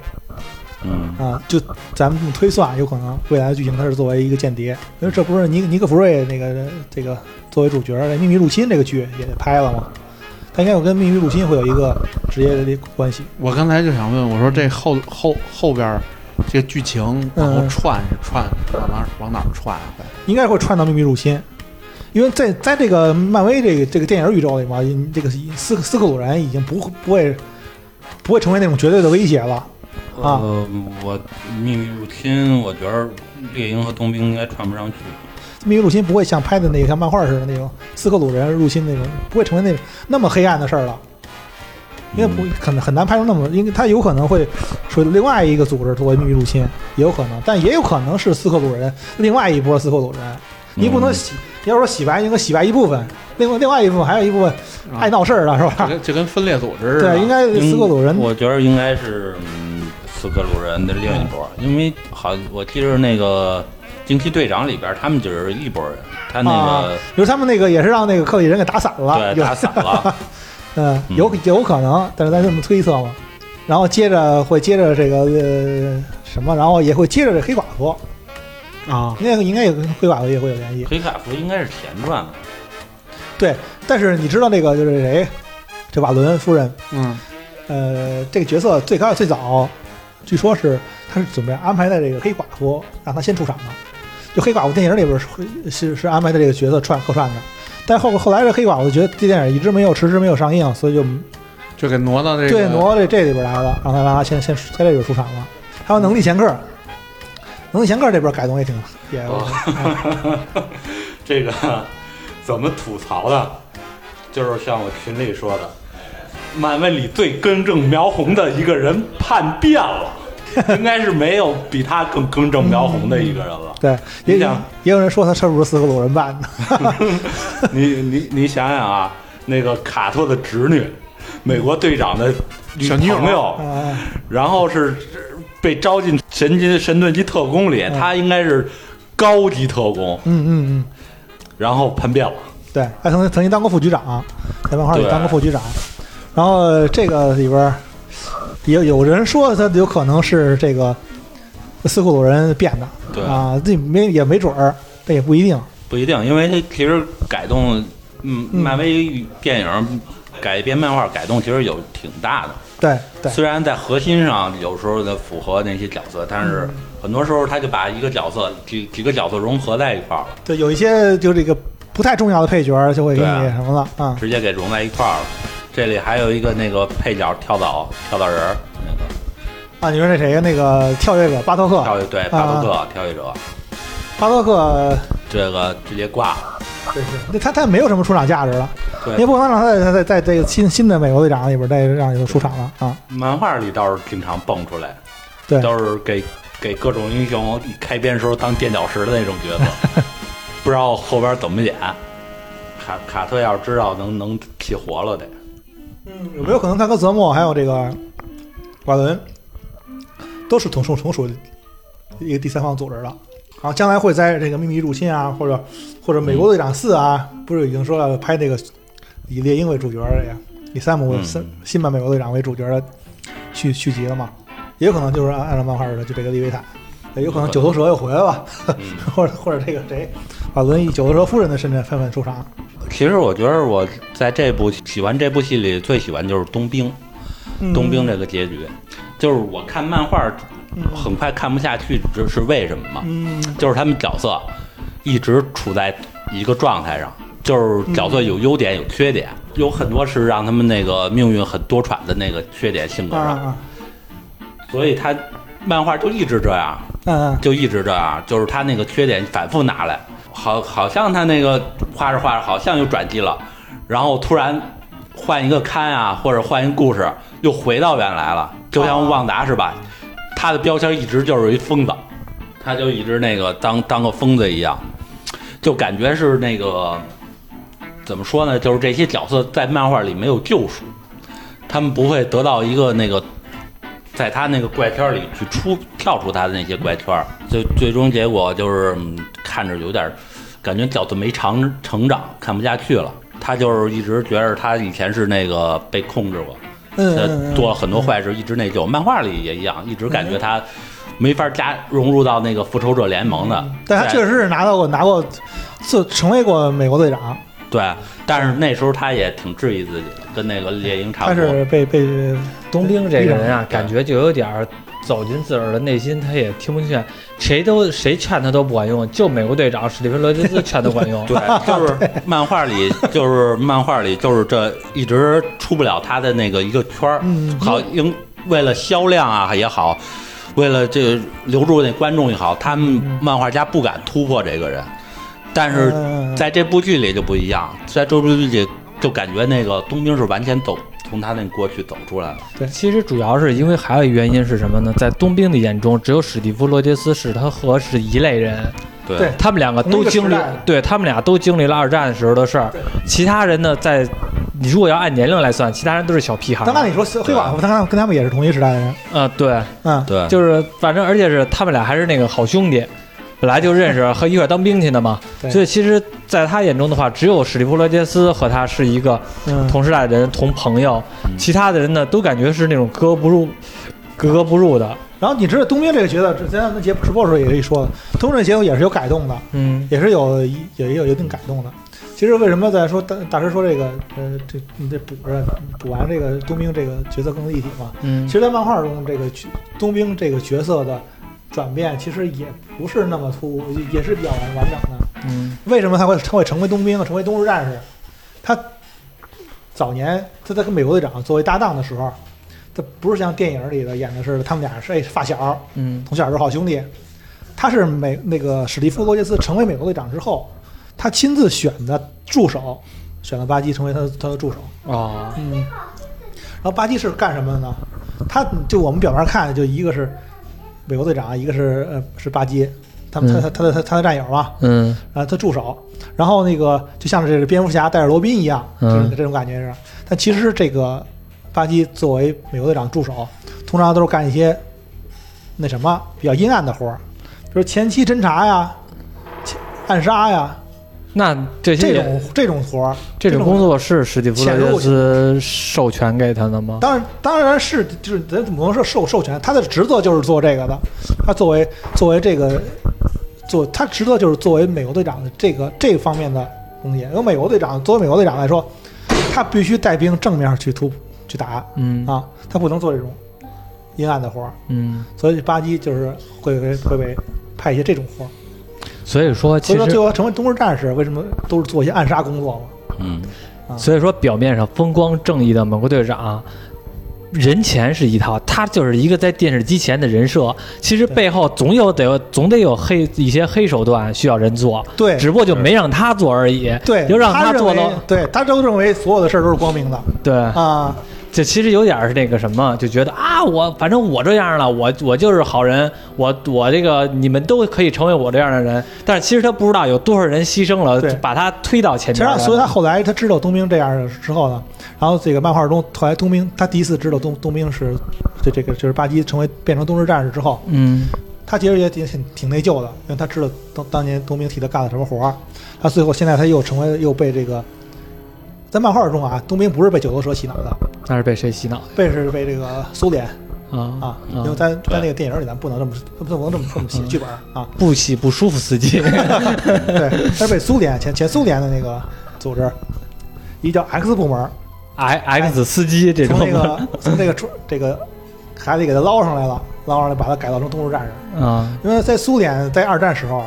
Speaker 3: 嗯，
Speaker 2: 啊，就咱们推算，有可能未来的剧情他是作为一个间谍，因为这不是尼尼克弗瑞那个这个作为主角《秘密入侵》这个剧也拍了吗？他应该有跟《秘密入侵》会有一个直接的关系。
Speaker 4: 我刚才就想问，我说这后后后边儿这个剧情往后
Speaker 2: 嗯
Speaker 4: 串是串往哪儿往哪儿串啊？
Speaker 2: 应该会串到秘密入侵，因为在在这个漫威这个这个电影宇宙里嘛，这个斯斯克鲁人已经不会不会不会成为那种绝对的威胁了。啊
Speaker 3: 呃，我秘密入侵，我觉得猎鹰和冬兵应该串不上去。
Speaker 2: 秘密入侵不会像拍的那个像漫画似的那种斯克鲁人入侵那种，不会成为那种那么黑暗的事儿了，因为不很很难拍出那么，因为它有可能会属于另外一个组织作为秘密入侵，也有可能，但也有可能是斯克鲁人另外一波斯克鲁人，你不能
Speaker 3: 嗯
Speaker 2: 洗，你要说洗白，应该洗白一部分，另外另外一部分还有一部分
Speaker 4: 啊
Speaker 2: 爱闹事儿的是
Speaker 4: 就
Speaker 2: 吧？
Speaker 4: 跟就跟分裂组织似的。
Speaker 2: 对，应该
Speaker 3: 嗯
Speaker 2: 斯克鲁人，
Speaker 3: 我觉得应该是嗯斯克鲁人的另一波，因为好，我记着那个惊奇队长》里边，他们就是一拨人，他那个、
Speaker 2: 比如他们那个也是让那个科里人给打散了，
Speaker 3: 对
Speaker 2: 有
Speaker 3: 打散了，
Speaker 2: 嗯，有有可能，但是咱这么推测嘛。然后接着会接着这个呃什么，然后也会接着这黑寡妇，
Speaker 4: 啊，
Speaker 2: 那个应该也跟黑寡妇也会有联系。
Speaker 3: 黑卡夫应该是前传吧，
Speaker 2: 但是你知道那个就是谁，这瓦伦夫人，
Speaker 4: 嗯，
Speaker 2: 呃，这个角色最开始最早，据说是他是准备安排在这个黑寡妇让她先出场的，就黑寡妇电影里边是是是安排的这个角色串客串的，但后后来这黑寡妇觉得这电影一直没有迟迟没有上映，所以就
Speaker 4: 就给挪到这个
Speaker 2: 对，挪到这这里边来了，让他让他先先在这里边出场了。还有能力闲客，能力闲客这边改动也挺也、
Speaker 3: 哦这个怎么吐槽的？就是像我群里说的，漫威里最根正苗红的一个人叛变了，应该是没有比他更根正苗红的一个人了。
Speaker 2: 对，也
Speaker 3: 你
Speaker 2: 有
Speaker 3: 想
Speaker 2: 也有人说他是不是四个鲁人扮 的？
Speaker 3: 你你你想想啊，那个卡特的侄女，美国队长的女
Speaker 4: 小女友嗯
Speaker 3: 朋友，
Speaker 2: 啊，
Speaker 3: 然后是被招进神经神盾局特工
Speaker 4: 嗯
Speaker 3: 里，他应该是高级特工，
Speaker 2: 嗯嗯嗯，
Speaker 3: 然后叛变了。
Speaker 2: 对，他曾经曾经当过副局长，在漫画里
Speaker 3: 对
Speaker 2: 当过副局长。然后这个里边儿也有人说他有可能是这个斯库鲁人变的，
Speaker 3: 对
Speaker 2: 啊，这没也没准儿，这也不一定。
Speaker 3: 不一定，因为它其实改动，嗯，
Speaker 2: 嗯
Speaker 3: 漫威电影改编漫画改动其实有挺大的。
Speaker 2: 对对，
Speaker 3: 虽然在核心上有时候呢符合那些角色，但是
Speaker 4: 嗯
Speaker 3: 很多时候他就把一个角色几几个角色融合在一块儿了，
Speaker 2: 对，有一些就这个不太重要的配角儿就会给你
Speaker 3: 对啊
Speaker 2: 什么了啊。
Speaker 3: 直接给融在一块儿了。这里还有一个那个配角跳蚤跳蚤人儿，那个
Speaker 2: 啊，你说那谁呀？那个跳跃者巴托克，
Speaker 3: 跳跃对巴洛克跳跃者，
Speaker 2: 巴托克，
Speaker 3: 这个直接挂了。
Speaker 2: 对是，那他他没有什么出场价值了，你也
Speaker 3: 对，
Speaker 2: 不可能让他在在在这个新新的美国队长里边再让他出场了啊。
Speaker 3: 漫画里倒是经常蹦出来，
Speaker 2: 对
Speaker 3: 都是给给各种英雄开篇时候当垫脚石的那种角色，不知道后边怎么演。卡卡特要是知道能能气活了得，
Speaker 2: 有没有可能他跟泽莫还有这个瓦伦都是同属同属一个第三方组织的，然后将来会在这个秘密入侵啊，或者或者美国队长四啊，不是已经说要拍那个以猎鹰为主角的呀，以山姆
Speaker 3: 嗯
Speaker 2: 新新版美国队长为主角的续续集了嘛？也有可能就是按按照漫画似的，就这个利维坦，也有可能九头蛇又回来了，
Speaker 3: 嗯
Speaker 2: 或者或者这个谁瓦伦以九头蛇夫人的身份纷纷出场，
Speaker 3: 其实我觉得我在这部喜欢这部戏里最喜欢就是冬兵，
Speaker 2: 嗯
Speaker 3: 冬兵这个结局，就是我看漫画很快看不下去，这是为什么嘛？
Speaker 2: 嗯
Speaker 3: 就是他们角色一直处在一个状态上，就是角色有优点有缺点，
Speaker 2: 嗯
Speaker 3: 有很多是让他们那个命运很多舛的那个缺点性格
Speaker 2: 啊
Speaker 3: 上，
Speaker 2: 啊
Speaker 3: 所以他漫画就一直这样，
Speaker 2: 嗯
Speaker 3: 就一直这样，就是他那个缺点反复拿来，好好像他那个画着画着好像又转机了，然后突然换一个刊啊，或者换一个故事，又回到原来了。就像旺达是吧？他的标签一直就是一疯子，他就一直那个当当个疯子一样，就感觉是那个怎么说呢？就是这些角色在漫画里没有救赎，他们不会得到一个那个在他那个怪圈里去出跳出他的那些怪圈儿，最最终结果就是、嗯看着有点儿感觉饺子没长成长，看不下去了。他就是一直觉得他以前是那个被控制过，
Speaker 2: 嗯
Speaker 3: 他
Speaker 2: 嗯，
Speaker 3: 做了呃很多坏事，一直内疚。漫画里也一样，一直感觉他没法加融入到那个复仇者联盟的。
Speaker 2: 但他
Speaker 3: 在
Speaker 2: 确实是拿到过拿过，就成为过美国队长，
Speaker 3: 对，但是那时候他也挺质疑自己的，跟那个猎鹰差
Speaker 2: 他
Speaker 3: 不多。
Speaker 2: 是被被
Speaker 1: 冬兵这个人啊，
Speaker 3: 对
Speaker 1: 感觉就有点儿走进自个儿的内心，他也听不劝，谁都谁劝他都不管用，就美国队长史蒂芬罗杰斯劝他管 用
Speaker 3: 。对，就是漫画里，就是漫画里，就是这一直出不了他的那个一个圈儿。
Speaker 2: 嗯
Speaker 3: 好，应为了销量啊也好，为了这个留住那观众也好，他们漫画家不敢突破这个人。但是
Speaker 2: 嗯
Speaker 3: 在这部剧里就不一样，在这部剧里就感觉那个冬兵是完全走从他那过去走出来了。
Speaker 1: 其实主要是因为还有一个原因是什么呢？在冬兵的眼中，只有史蒂夫·罗杰斯是他和是一类人，
Speaker 3: 对
Speaker 2: 对
Speaker 1: 他们两个都经
Speaker 2: 同
Speaker 1: 历
Speaker 2: 一个时代的，
Speaker 1: 对他们俩都经历了二战时候的事儿。其他人呢，在你如果要按年龄来算，其他人都是小屁孩儿。
Speaker 2: 但按理说黑
Speaker 3: 啊
Speaker 2: 寡妇，他跟他跟他们也是同一时代的人，
Speaker 1: 呃，对，
Speaker 2: 嗯，
Speaker 3: 对
Speaker 1: 就是反正而且是他们俩还是那个好兄弟，本来就认识，和一块儿当兵去的嘛。
Speaker 2: 对
Speaker 1: 所以其实，在他眼中的话，只有史蒂夫·罗杰斯和他是一个
Speaker 2: 嗯，
Speaker 1: 同时代的人、同朋友，
Speaker 3: 嗯
Speaker 1: 其他的人呢，都感觉是那种格格不入、格格不入的。
Speaker 2: 然后你知道冬兵这个角色，之前咱们节目直播的时候也可以说，冬兵这个角色也是有改动的，
Speaker 1: 嗯
Speaker 2: 也是有也也有一定改动的。其实为什么在说大大师说这个呃这你得补着补完这个冬兵这个角色更立体嘛？
Speaker 1: 嗯
Speaker 2: 其，实，在漫画中，这个角冬兵这个角色的转变其实也不是那么突兀，也也是比较完完整的。
Speaker 1: 嗯
Speaker 2: 为什么他会他会成为冬兵，成为冬日战士？他早年他在跟美国队长作为搭档的时候，他不是像电影里的演的是他们俩是哎发小，
Speaker 1: 嗯
Speaker 2: 从小是好兄弟。他是美那个史蒂夫·罗杰斯成为美国队长之后，他亲自选的助手，选了巴基成为他的他的助手。
Speaker 1: 哦，
Speaker 2: 嗯，然后巴基是干什么的呢？他就我们表面看，就一个是美国队长，一个是呃是巴基，他们他他他的他的战友嘛，
Speaker 1: 嗯
Speaker 2: 啊，他助手。然后那个就像这个蝙蝠侠带着罗宾一样，这种
Speaker 1: 嗯
Speaker 2: 这种感觉是。但其实这个巴基作为美国队长助手，通常都是干一些那什么比较阴暗的活儿，比如前期侦查呀、前暗杀呀
Speaker 1: 那这些
Speaker 2: 这
Speaker 1: 也
Speaker 2: 种这种活儿。
Speaker 1: 这种工作是史蒂夫·
Speaker 2: 潜入
Speaker 1: 罗杰斯授权给他的吗？
Speaker 2: 当然，当然是就是咱怎么能说授授权？他的职责就是做这个的。他作为作为这个做，他职责就是作为美国队长的这个这方面的东西。因为美国队长作为美国队长来说，他必须带兵正面去突去打
Speaker 1: 嗯
Speaker 2: 啊，他不能做这种阴暗的活儿。
Speaker 1: 嗯，
Speaker 2: 所以巴基就是会被会被派一些这种活儿。
Speaker 1: 所以说其
Speaker 2: 所以说，最
Speaker 1: 实
Speaker 2: 后成为中日战士，为什么都是做一些暗杀工作嘛？
Speaker 3: 嗯，
Speaker 1: 所以说表面上风光正义的美国队长。人前是一套，他就是一个在电视机前的人设，其实
Speaker 2: 对
Speaker 1: 背后总有得有总得有黑一些黑手段需要人做，
Speaker 2: 对，
Speaker 1: 只不过就没让他做而已。
Speaker 2: 对，
Speaker 1: 就让
Speaker 2: 他认
Speaker 1: 做
Speaker 2: 为
Speaker 1: 到
Speaker 2: 对他都认为所有的事儿都是 光明的
Speaker 1: 对，
Speaker 2: 啊。
Speaker 1: 这其实有点儿是那个什么，就觉得啊，我反正我这样了，我我就是好人，我我这个你们都可以成为我这样的人，但是其实他不知道有多少人牺牲了
Speaker 2: 对，
Speaker 1: 把他推到前
Speaker 2: 其实
Speaker 1: 面
Speaker 2: 啊，
Speaker 1: 来。
Speaker 2: 所以他后来他知道冬兵这样的之后呢，然后这个漫画中后来冬兵他第一次知道冬冬兵是这这个就是巴基成为变成冬日战士之后，
Speaker 1: 嗯
Speaker 2: 他其实也挺挺挺内疚的，因为他知道当当年冬兵替他干了什么活儿，他最后现在他又成为又被这个在漫画中啊，冬兵不是被九头蛇洗脑的，
Speaker 1: 那是被谁洗脑
Speaker 2: 被是被这个苏联
Speaker 1: 的啊？
Speaker 2: 啊，因为咱在那个电影里咱不能这么不能这么这么写剧本儿啊，
Speaker 1: 不洗不舒服司 机，
Speaker 2: 对，他是被苏联前前苏联的那个组织，一叫 X 部门儿。
Speaker 1: X X 司机这种
Speaker 2: 从那个 从这个出这个海里给他捞上来了，捞上来把他改造成冬日战 士。
Speaker 1: 啊，
Speaker 2: 因为在苏联在二战时候，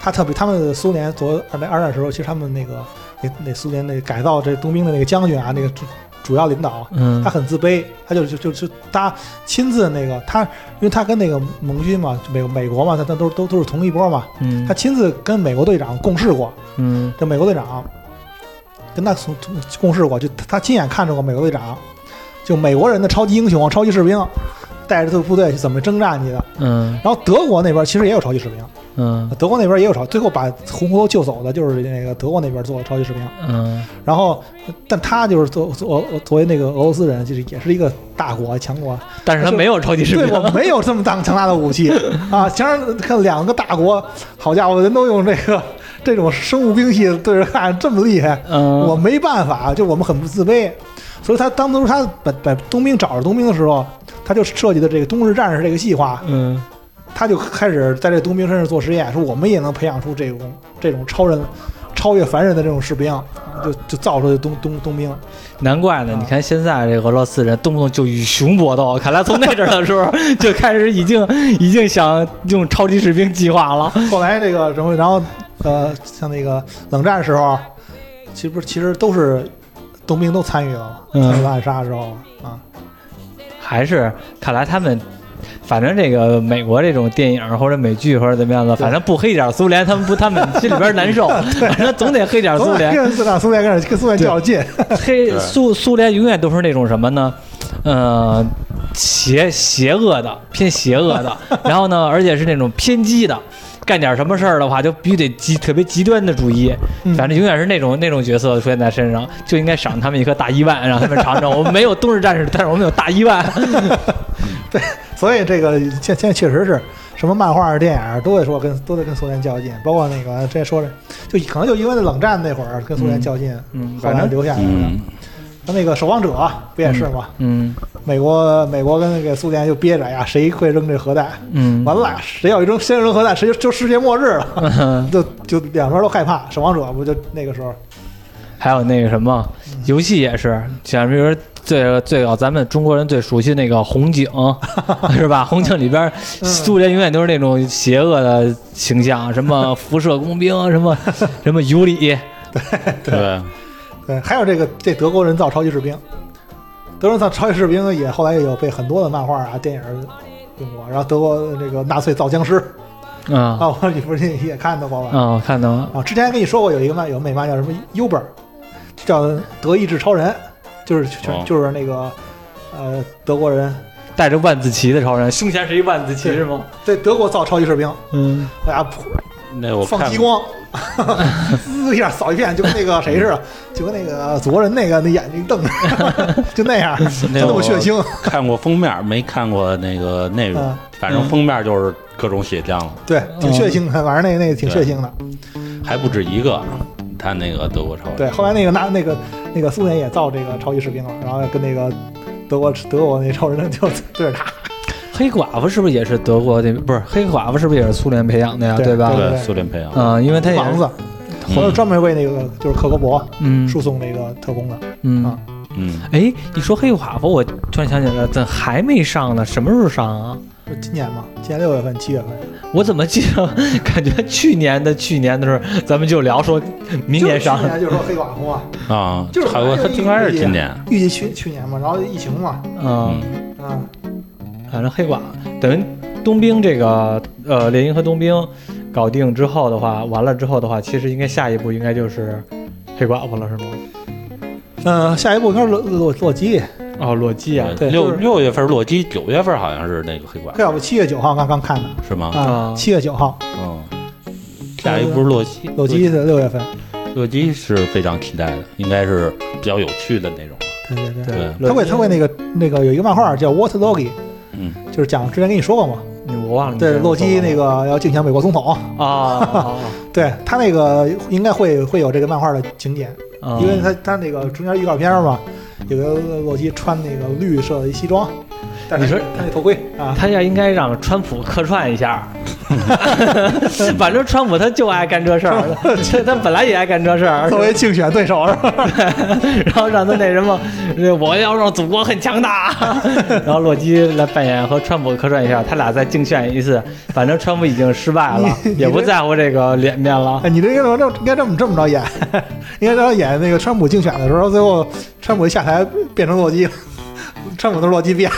Speaker 2: 他特别他们苏联做二战二战时候，其实他们那个那那苏联那改造这冬兵的那个将军啊，那个主主要领导。
Speaker 1: 嗯
Speaker 2: 他很自卑，他就就就就他亲自那个他，因为他跟那个盟军嘛，美美国嘛，他他都都都是同一波嘛，
Speaker 1: 嗯
Speaker 2: 他亲自跟美国队长共事过，
Speaker 1: 嗯
Speaker 2: 这美国队长跟他从从共事过，就他他亲眼看着过美国队长，就美国人的超级英雄、超级士兵，带着他的部队去怎么征战去的。
Speaker 1: 嗯
Speaker 2: 然后德国那边其实也有超级士兵，
Speaker 1: 嗯
Speaker 2: 德国那边也有超，最后把红骷髅救走的就是那个德国那边做的超级士兵。
Speaker 1: 嗯
Speaker 2: 然后，但他就是作作作为那个俄罗斯人，就是也是一个大国强国，
Speaker 1: 但是他没有超级士
Speaker 2: 对
Speaker 1: 兵，
Speaker 2: 我没有这么大强大的 武器啊！强然看两个大国，好家伙，人都用这个这种生物兵器对着干，这么厉害，
Speaker 1: 嗯，
Speaker 2: 我没办法，就我们很不自卑。所以他当初他把把冬兵找着冬兵的时候，他就设计的这个冬日战士这个计划，
Speaker 1: 嗯
Speaker 2: 他就开始在这冬兵身上做实验，说我们也能培养出这种这种超人、超越凡人的这种士兵，就就造出这冬冬冬兵。
Speaker 1: 难怪呢，
Speaker 2: 啊
Speaker 1: 你看现在这俄罗斯人动不动就与熊搏斗，看来从那阵儿的时候就开始已经已经想用超级士兵计划了。
Speaker 2: 后来这个，然后然后呃，像那个冷战时候，其实不是其实都是冬兵都参与了嘛，
Speaker 1: 嗯
Speaker 2: 参与了暗杀之后啊，
Speaker 1: 还是看来他们，反正这个美国这种电影或者美剧或者怎么样的，
Speaker 2: 对
Speaker 1: 反正不黑点苏联，他们不他们心里边难 受，反正总得黑点苏联。
Speaker 2: 跟苏 联苏联跟苏联较劲，
Speaker 1: 黑
Speaker 3: 对
Speaker 1: 苏苏联永远都是那种什么呢？呃，邪邪恶的，偏邪恶的，然后呢，而且是那种偏激的，干点什么事儿的话，就必须得极特别极端的主义，
Speaker 2: 嗯
Speaker 1: 反正永远是那种那种角色出现在身上，就应该赏他们一颗大一万，让他们尝尝，我们没有冬日战士，但是我们有大一万。
Speaker 2: 所以这个现现在确实是什么漫画、电影都得说跟都得跟苏联较劲，包括那个之前说的，就可能就因为那冷战那会儿跟苏联较劲，
Speaker 1: 嗯，
Speaker 2: 后
Speaker 1: 反
Speaker 2: 来
Speaker 1: 正
Speaker 2: 留下来的。
Speaker 3: 嗯，
Speaker 2: 那那个守望者啊不也是吗？
Speaker 1: 嗯
Speaker 2: 美国美国跟那个苏联就憋着呀，谁会扔这核弹？
Speaker 1: 嗯，
Speaker 2: 完了，谁要一扔先扔核弹，谁就就世界末日了， 就就两边都害怕。守望者不就那个时候
Speaker 1: 还有那个什么
Speaker 2: 嗯
Speaker 1: 游戏也是，像比如说最最早咱们中国人最熟悉那个红 警，是吧？红警里边儿
Speaker 2: 嗯
Speaker 1: 苏联永远都是那种邪恶的形象，什么辐射工兵， 什么什么尤里，
Speaker 3: 对，
Speaker 2: 对，还有这个这德国人造超级士兵，德国人造超级士兵也后来也有被很多的漫画啊、电影用过。然后德国这个纳粹造僵尸
Speaker 1: 啊
Speaker 2: 啊，我你不是也看到过吧？
Speaker 1: 啊，我看到了，
Speaker 2: 啊，之前跟你说过有一个漫有个美漫叫什么 Uber，叫德意志超人，就是
Speaker 3: 哦
Speaker 2: 全就是那个呃德国人
Speaker 1: 带着万字旗的超人，胸前是一万字旗
Speaker 2: 对
Speaker 1: 是吗？
Speaker 2: 在德国造超级士兵，
Speaker 1: 嗯，
Speaker 2: 哎呀，
Speaker 3: 那我
Speaker 2: 放
Speaker 3: 看
Speaker 2: 激光，滋一下扫一片，就跟那个谁似的，就跟那个祖国人那个那眼睛瞪着， 就那样，就
Speaker 3: 那
Speaker 2: 那么
Speaker 3: 我
Speaker 2: 血腥。
Speaker 3: 看过封面，没看过那个内容
Speaker 2: 嗯，
Speaker 3: 反正封面就是各种血浆了，
Speaker 2: 对，
Speaker 1: 嗯
Speaker 2: 挺血腥的，反正那那个挺血
Speaker 3: 对
Speaker 2: 腥的。
Speaker 3: 还不止一个。啊他那个德国超人，
Speaker 2: 对，后来那个拿那个那个苏联也造这个超级士兵了，然后跟那个德国德国那超人就对着打，
Speaker 1: 黑寡妇是不是也是德国的？不是黑寡妇是不是也是苏联培养的呀？
Speaker 2: 对
Speaker 1: 吧？
Speaker 2: 对
Speaker 3: 对苏联啊培养，
Speaker 1: 嗯，因为他也
Speaker 2: 王
Speaker 1: 是
Speaker 2: 子，后来专门为那个就是克格勃
Speaker 1: 嗯
Speaker 2: 输送那个特工的。
Speaker 1: 嗯
Speaker 2: 啊。
Speaker 3: 嗯，
Speaker 1: 哎，你说黑寡妇，我突然想起来了，怎还没上呢？什么时候上啊？
Speaker 2: 就今年嘛，今年六月份、七月份，
Speaker 1: 我怎么记得 感觉去年的去年的时候，咱们就聊说明年上
Speaker 2: 就是去，年就说黑寡妇嘛，
Speaker 3: 啊，
Speaker 2: 就是
Speaker 3: 还有
Speaker 2: 还有
Speaker 3: 他应该是今年，
Speaker 2: 预计去去年嘛，然后疫情嘛，
Speaker 1: 嗯，
Speaker 3: 嗯，
Speaker 2: 嗯，
Speaker 1: 反正黑寡等于冬兵这个呃猎鹰和冬兵搞定之后的话，完了之后的话，其实应该下一步应该就是黑寡妇了，是吗？嗯
Speaker 2: 呃，下一步应该是洛洛洛基，
Speaker 1: 哦，洛基啊，
Speaker 2: 对
Speaker 3: 六
Speaker 2: 就是
Speaker 3: 六月份洛基，九月份好像是那个黑寡妇
Speaker 2: 黑寡妇七月九号刚刚看的
Speaker 3: 是吗？
Speaker 1: 啊
Speaker 2: 啊，七月九号，
Speaker 3: 嗯，下一步是洛基，
Speaker 2: 洛基是六月份，
Speaker 3: 洛基是非常期待的，应该是比较有趣的那种。
Speaker 2: 对对对。
Speaker 3: 对
Speaker 2: 他会他会那个那个有一个漫画叫《What Logi》，
Speaker 3: 嗯，
Speaker 2: 就是讲之前跟你说过嘛，
Speaker 1: 我忘了嗯你之前
Speaker 2: 对，
Speaker 1: 说
Speaker 2: 洛基
Speaker 1: 过吗
Speaker 2: 那个要竞选美国总统，
Speaker 1: 啊啊，
Speaker 2: 对他那个应该会会有这个漫画的情节，
Speaker 1: 啊啊
Speaker 2: 因为他他那个中间预告片嘛，有个洛基穿那个绿色的西装，但是
Speaker 1: 你说
Speaker 2: 他那头盔啊，
Speaker 1: 他要应该让川普客串一下， 反正川普他就爱干这事儿， 他他本来也爱干这事儿，
Speaker 2: 作为竞选对手是吧？
Speaker 1: 然后让他那什么，我要让祖国很强 大，然后洛基来扮演和川普客串一下，他俩再竞选一次，反正川普已经失败了，
Speaker 2: 你你
Speaker 1: 也不
Speaker 2: 这
Speaker 1: 在乎这个脸面了。
Speaker 2: 哎，你这个应该这么这么着演， 应该这么演那个川普竞选的时候，最后川普一下台变成洛基了， 川普都是洛基变，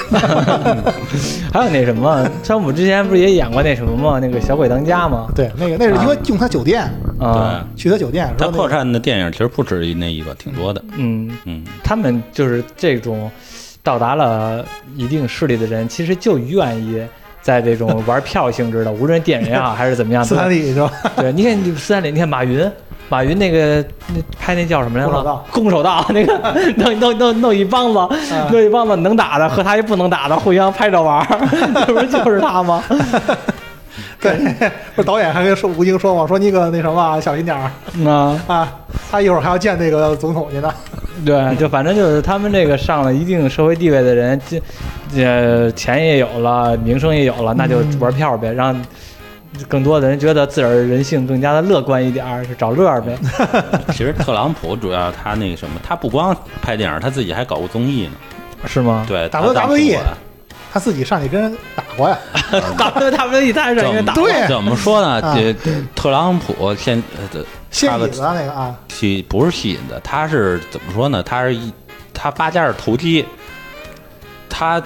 Speaker 1: 还有那什么，川普之前不是也演过那什么吗？那个小鬼当家吗？
Speaker 2: 对，那个那是因为用他酒店
Speaker 1: 啊，
Speaker 2: 去他酒店，然
Speaker 3: 他
Speaker 2: 后那
Speaker 3: 扩
Speaker 2: 个
Speaker 3: 散的电影其实不止那一个，挺多的。
Speaker 1: 嗯，
Speaker 3: 嗯，
Speaker 1: 他们就是这种到达了一定势力的人，其实就愿意在这种玩票性质的，无论电影也好还是怎么样，
Speaker 2: 斯坦利是吧？
Speaker 1: 对，你看你斯坦李，你看马云，马云那个那拍那叫什么来
Speaker 2: 空手
Speaker 1: 着
Speaker 2: 道？
Speaker 1: 空手道那个 弄弄弄弄一帮子，
Speaker 2: 嗯
Speaker 1: 弄一帮子能打的和他一不能打的互相拍着玩儿， 这不是就是他吗？
Speaker 2: 对，不是导演还跟说吴京说嘛，说你可那什么啊，小心点儿
Speaker 1: 那
Speaker 2: 啊，他一会儿还要见那个总统去呢。
Speaker 1: 对，就反正就是他们这个上了一定社会地位的人，这这钱也有了，名声也有了，那就玩票呗，让更多的人觉得自个儿人性更加的乐观一点儿，是找乐儿呗。
Speaker 3: 其实特朗普主要他那个什么，他不光拍电影，他自己还搞过综艺呢。
Speaker 1: 是吗？
Speaker 3: 对，
Speaker 2: 打
Speaker 3: 他
Speaker 2: 过
Speaker 3: 当
Speaker 2: WWE
Speaker 3: 主管
Speaker 2: 他自己上去跟人打过呀，
Speaker 1: 打 他他们一单上因为打
Speaker 2: 对
Speaker 3: 怎么说呢？
Speaker 2: 啊
Speaker 3: 这特朗普现呃
Speaker 2: 掀椅子啊那个啊，
Speaker 3: 吸不是吸引的，他是怎么说呢？他是一他八加是投机，他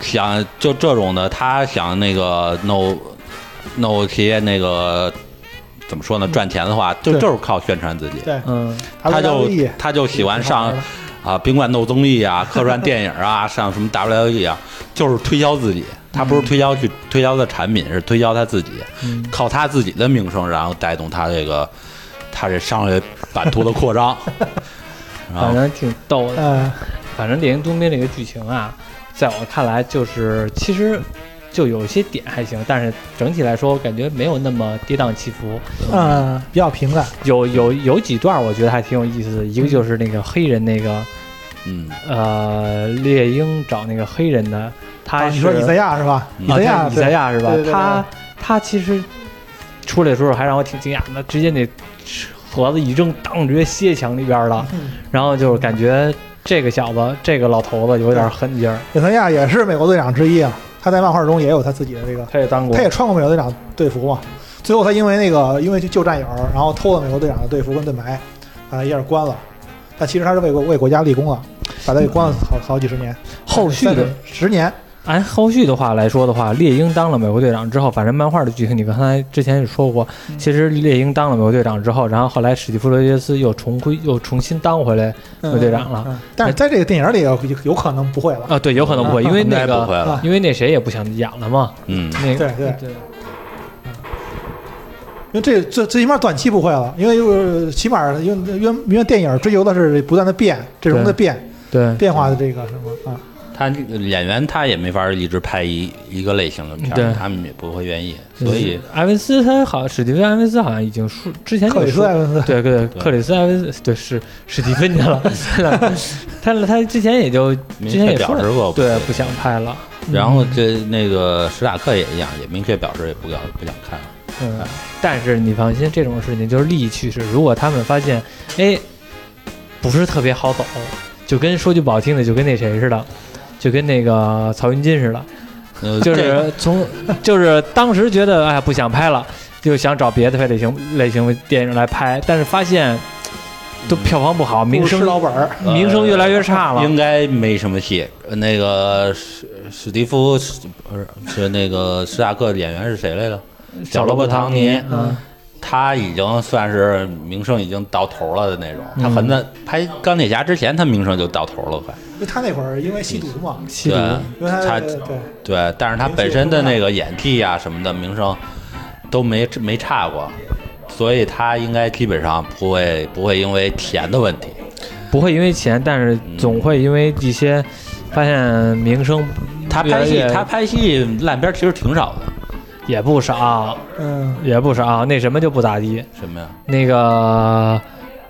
Speaker 3: 想就这种的，他想那个弄弄些那个怎么说呢？赚钱的话，就
Speaker 2: 对
Speaker 3: 就是靠宣传自己。
Speaker 2: 对，
Speaker 1: 嗯
Speaker 3: 他就
Speaker 2: WWE
Speaker 3: 他就喜欢
Speaker 2: 挺好玩
Speaker 3: 上
Speaker 2: 的
Speaker 3: 啊，宾馆弄综艺啊，客串电影啊，上什么 WWE 啊，就是推销自己。他不是推销去推销的产品，是推销他自己，
Speaker 1: 嗯
Speaker 3: 靠他自己的名声，然后带动他这个他这商业版图的扩 张。然
Speaker 1: 反
Speaker 3: 后
Speaker 1: 正挺逗的。
Speaker 2: 嗯，
Speaker 1: 反正《猎鹰冬兵》这个剧情啊，在我看来就是其实就有些点还行，但是整体来说我感觉没有那么跌宕起伏。
Speaker 2: 嗯，比较平淡。
Speaker 1: 有有有几段我觉得还挺有意思的，一个就是那个黑人那个
Speaker 3: 嗯，
Speaker 1: 呃猎鹰找那个黑人的，他
Speaker 2: 啊，
Speaker 1: 是、
Speaker 2: 你说以赛亚是吧？
Speaker 3: 嗯
Speaker 2: 以赛亚，
Speaker 1: 啊，以赛亚是吧？
Speaker 2: 对对对
Speaker 1: 他他其实出来的时候还让我挺惊讶的，直接那盒子一扔，当直接歇墙里边了。
Speaker 2: 嗯
Speaker 1: 然后就是感觉这个小子，这个老头子有点狠劲儿，
Speaker 2: 以赛亚也是美国队长之一啊，他在漫画中也有他自己的这个，
Speaker 1: 他也当过
Speaker 2: 他。也穿过美国队长队服嘛。最后他因为那个，因为去救战友，然后偷了美国队长的队服跟盾牌，把他一下关了。但其实他是为国为国家立功了，把他给关了好好几十年，
Speaker 1: 后续的
Speaker 2: 十年。
Speaker 1: 按后续的话来说的话，猎鹰当了美国队长之后，反正漫画的剧情你刚才之前也说过，
Speaker 2: 嗯
Speaker 1: 其实猎鹰当了美国队长之后，然后后来史蒂夫·罗杰斯又重归又重新当回来
Speaker 2: 嗯
Speaker 1: 美队长了
Speaker 2: 嗯嗯但是在这个电影里有有可能不会了。
Speaker 1: 啊，对，有可能不会，因 为
Speaker 3: 应
Speaker 1: 那
Speaker 3: 该不会
Speaker 1: 个
Speaker 3: 了，
Speaker 1: 因为那谁也不想演了嘛，
Speaker 3: 嗯，
Speaker 1: 那个
Speaker 2: 对对，
Speaker 1: 对
Speaker 2: 因为这最最起码短期不会了，因为又起码因为因为因为电影追求的是不断的变，阵容的变
Speaker 1: 对哎
Speaker 2: 变化的这个什么啊，
Speaker 3: 他这个演员他也没法一直拍一一个类型的片
Speaker 1: 对
Speaker 3: 儿，他们也不会愿意，所以
Speaker 1: 嗯艾文斯他好，史蒂芬艾文斯好像已经输之前
Speaker 2: 克
Speaker 1: 就
Speaker 2: 里斯
Speaker 1: 输
Speaker 2: 埃文斯
Speaker 1: 对对，
Speaker 3: 对
Speaker 1: 克里斯艾文斯对是史蒂芬去 了，他他之前也就之前
Speaker 3: 明确
Speaker 1: 也说
Speaker 3: 表
Speaker 1: 了
Speaker 3: 示过
Speaker 1: 对不想嗯拍了，
Speaker 3: 然后这那个史塔克也一样，也明确表示也不想不想看。
Speaker 1: 嗯，
Speaker 3: 哎
Speaker 1: 但是你放心，这种事情就是利益驱使，如果他们发现哎不是特别好走，就跟说句不好听的，就跟那谁似的，就跟那个曹云金似的，
Speaker 3: 呃，
Speaker 1: 就是从就是当时觉得哎呀不想拍了，就想找别的类型类型的电影来拍，但是发现都
Speaker 3: 嗯
Speaker 1: 票房不好，名
Speaker 2: 不是吃
Speaker 1: 声
Speaker 2: 老本儿，
Speaker 3: 呃
Speaker 1: 名声越来越差了
Speaker 3: 应。该没什么戏。呃那个史史蒂夫史不是是那个史塔克的演员是谁来着？小
Speaker 1: 萝
Speaker 3: 萝
Speaker 1: 卜
Speaker 3: 卜
Speaker 1: 唐
Speaker 3: 唐
Speaker 1: 尼
Speaker 3: 尼，
Speaker 1: 嗯，
Speaker 3: 他已经算是名声已经到头了的那种。他
Speaker 1: 嗯
Speaker 3: 很在拍钢铁侠之前，他名声就到头了，快。
Speaker 2: 因为他那会儿因为吸毒嘛，
Speaker 1: 吸毒
Speaker 3: 对，
Speaker 2: 因为他
Speaker 3: 他
Speaker 2: 对
Speaker 3: 对，但是他本身的那个演技啊什么的名声都没没差过，所以他应该基本上不会不会因为钱的问题。
Speaker 1: 不会因为钱，但是
Speaker 3: 嗯
Speaker 1: 总会因为一些发现名声
Speaker 3: 他
Speaker 1: 越来
Speaker 3: 拍戏
Speaker 1: 越
Speaker 3: 他拍戏烂片儿其实挺少的，
Speaker 1: 也不少，
Speaker 2: 嗯
Speaker 1: 也不少，啊那什么就不咋地，
Speaker 3: 什么呀？
Speaker 1: 那个。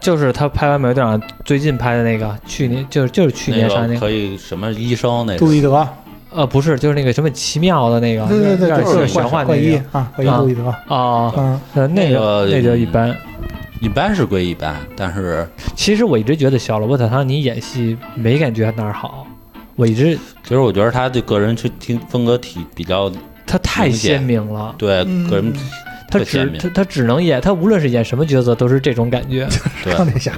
Speaker 1: 就是他拍完《美国队长》最近拍的那个，去年就是就是去年上
Speaker 3: 那
Speaker 1: 那
Speaker 3: 个
Speaker 1: 个，
Speaker 3: 可以什么医生那
Speaker 2: 嗯杜
Speaker 3: 种
Speaker 2: 立德，
Speaker 1: 呃，不是，就是那个什么奇妙的那个，
Speaker 2: 对对
Speaker 1: 嗯有点
Speaker 2: 对对，
Speaker 1: 像
Speaker 2: 就是
Speaker 1: 玄幻
Speaker 2: 怪
Speaker 1: 那
Speaker 2: 医
Speaker 1: 个
Speaker 2: 啊，怪医
Speaker 1: 啊
Speaker 2: 杜立德，
Speaker 1: 啊，
Speaker 2: 嗯，
Speaker 1: 呃，那个
Speaker 3: 那个嗯
Speaker 1: 那就一般。
Speaker 3: 一般是归一般，但是
Speaker 1: 其实我一直觉得小罗伯特·唐尼演戏没感觉哪儿好，我一直
Speaker 3: 其实我觉得他对个人去听风格体比较
Speaker 1: 他太
Speaker 3: 明显
Speaker 1: 鲜明了，
Speaker 3: 对
Speaker 2: 嗯
Speaker 3: 个人
Speaker 1: 他
Speaker 3: 特鲜
Speaker 1: 只
Speaker 3: 明
Speaker 1: 他他只能演他无论是演什么角色都是这种 感觉，
Speaker 3: 对
Speaker 2: 钢铁侠，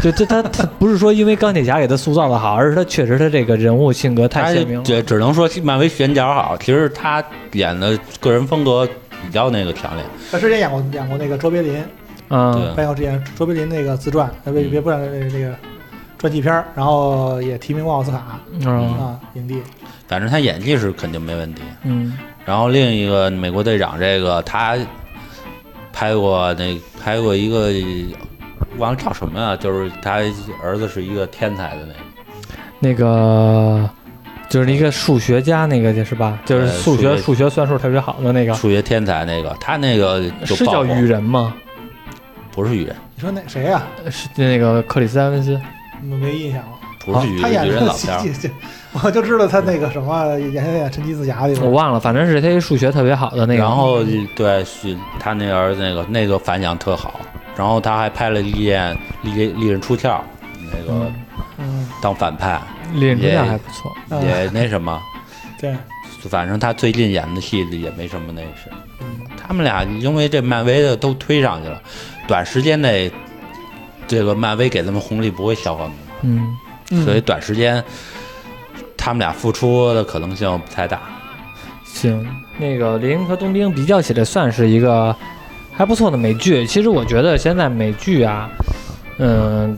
Speaker 1: 就就他他不是说因为钢铁侠给他塑造的好，而是他确实他这个人物性格太
Speaker 3: 他
Speaker 1: 鲜明了。
Speaker 3: 只只能说漫威选角好，其实他演的个人风格比较那个强烈。
Speaker 2: 他之前演过演过那个卓别林，
Speaker 1: 嗯，
Speaker 3: 对
Speaker 2: 扮演之前卓别林那个自传，呃别别不然那那个传记片儿，然后也提名过奥斯卡
Speaker 1: 嗯
Speaker 2: 啊影帝，
Speaker 3: 反正他演技是肯定没问题。
Speaker 1: 嗯，
Speaker 3: 然后另一个美国队长这个他拍过那拍过一个忘了叫什么呀，就是他儿子是一个天才的那个。
Speaker 1: 那个就是一个数学家，那个是吧？就是
Speaker 3: 呃
Speaker 1: 数学
Speaker 3: 数学
Speaker 1: 数学算术特别好的那个，
Speaker 3: 数学天才那个，他那个就是爆
Speaker 1: 啊叫
Speaker 3: 火
Speaker 1: 雨，人吗？
Speaker 3: 不是雨人，
Speaker 2: 你说那谁呀？
Speaker 1: 是那个克里斯·埃文斯。
Speaker 2: 没没印象了。
Speaker 3: 不是雨
Speaker 2: 他
Speaker 3: 人，
Speaker 2: 演
Speaker 3: 雨人
Speaker 2: 的
Speaker 3: 老片儿，
Speaker 2: 我就知道他那个什么演演演《神奇四侠》里
Speaker 1: 我
Speaker 2: 边，
Speaker 1: 忘了，反正是他一数学特别好的那个。
Speaker 3: 然后对，是他那儿子那个那个反响特好，然后他还拍了利剑利利刃出鞘，那个
Speaker 1: 嗯，
Speaker 2: 嗯，
Speaker 3: 当反派、
Speaker 1: 练出
Speaker 3: 也
Speaker 1: 来还不错。
Speaker 2: 嗯
Speaker 3: 也那什么，
Speaker 2: 对，
Speaker 3: 反正他最近演的戏也没什么那是，
Speaker 1: 嗯
Speaker 3: 他们俩因为这漫威的都推上去了，短时间内这个漫威给他们红利不会消耗那么
Speaker 1: 嗯，
Speaker 3: 多，所以
Speaker 2: 嗯，
Speaker 3: 短时间他们俩复出的可能性不太大。
Speaker 1: 行，那个《猎鹰和冬兵》比较起来，算是一个还不错的美剧。其实我觉得现在美剧啊，嗯，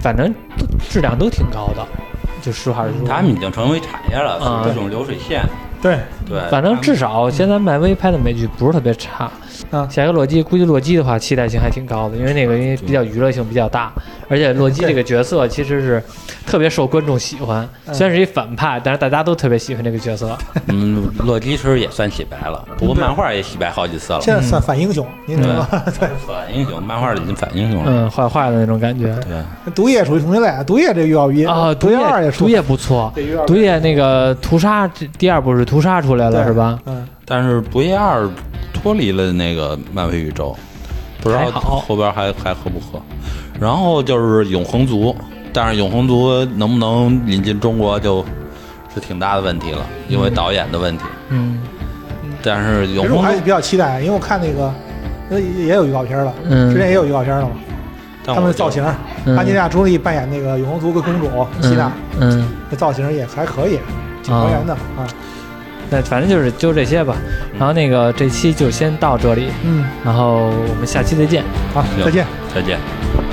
Speaker 1: 反正都质量都挺高的，就实话实说。
Speaker 3: 他们已经成为产业了，
Speaker 1: 嗯
Speaker 3: 属于这种流水线。
Speaker 2: 对，
Speaker 3: 对，
Speaker 1: 反正至少现在漫威拍的美剧不是特别差。
Speaker 2: 嗯
Speaker 1: 下一个洛基，估计洛基的话期待性还挺高的，因为那个因为比较娱乐性比较大，而且洛基这个角色其实是特别受观众喜欢，
Speaker 2: 嗯
Speaker 1: 虽然是一反派，但是大家都特别喜欢这个角色。
Speaker 3: 嗯，洛基其实也算洗白了，不过漫画也洗白好几次了。
Speaker 2: 现在
Speaker 1: 嗯
Speaker 2: 算反英雄，您知道吗？
Speaker 3: 反英雄，漫画里已经反英雄了。
Speaker 1: 嗯，坏坏的那种感觉。
Speaker 2: 嗯
Speaker 3: 对，
Speaker 2: 毒液属于同性恋，毒液这个又要一
Speaker 1: 嗯啊，
Speaker 2: 毒
Speaker 1: 毒
Speaker 2: 液二也
Speaker 1: 液，
Speaker 2: 出
Speaker 1: 毒，液不错
Speaker 2: 这，又要
Speaker 1: 毒液那个屠杀这第二部是屠杀出来了
Speaker 2: 对
Speaker 1: 是吧？？
Speaker 2: 嗯，
Speaker 3: 但是毒液二脱离了那个漫威宇宙，不知道
Speaker 1: 还好
Speaker 3: 后边还还合不合。然后就是永恒族，但是永恒族能不能引进中国就是挺大的问题了，因为导演的问题。
Speaker 1: 嗯
Speaker 3: 但是
Speaker 2: 其
Speaker 3: 永
Speaker 2: 实我
Speaker 3: 恒
Speaker 2: 还
Speaker 3: 族，
Speaker 2: 比较期待，因为我看那个，那也有预告片了，
Speaker 1: 嗯
Speaker 2: 之前也有预告片了嘛。
Speaker 3: 但
Speaker 2: 他们
Speaker 3: 我
Speaker 2: 的造型，
Speaker 1: 嗯
Speaker 2: 安吉丽娜·朱莉扮演那个永恒族的公主希娜，
Speaker 1: 嗯，
Speaker 2: 那造型也还可以，挺还原的啊。
Speaker 1: 那反正就是就这些吧。然后那个这期就先到这里，
Speaker 2: 嗯，
Speaker 1: 然后我们下期再见。
Speaker 2: 好，
Speaker 3: 行
Speaker 2: 再见。
Speaker 3: 再见。
Speaker 1: 嗯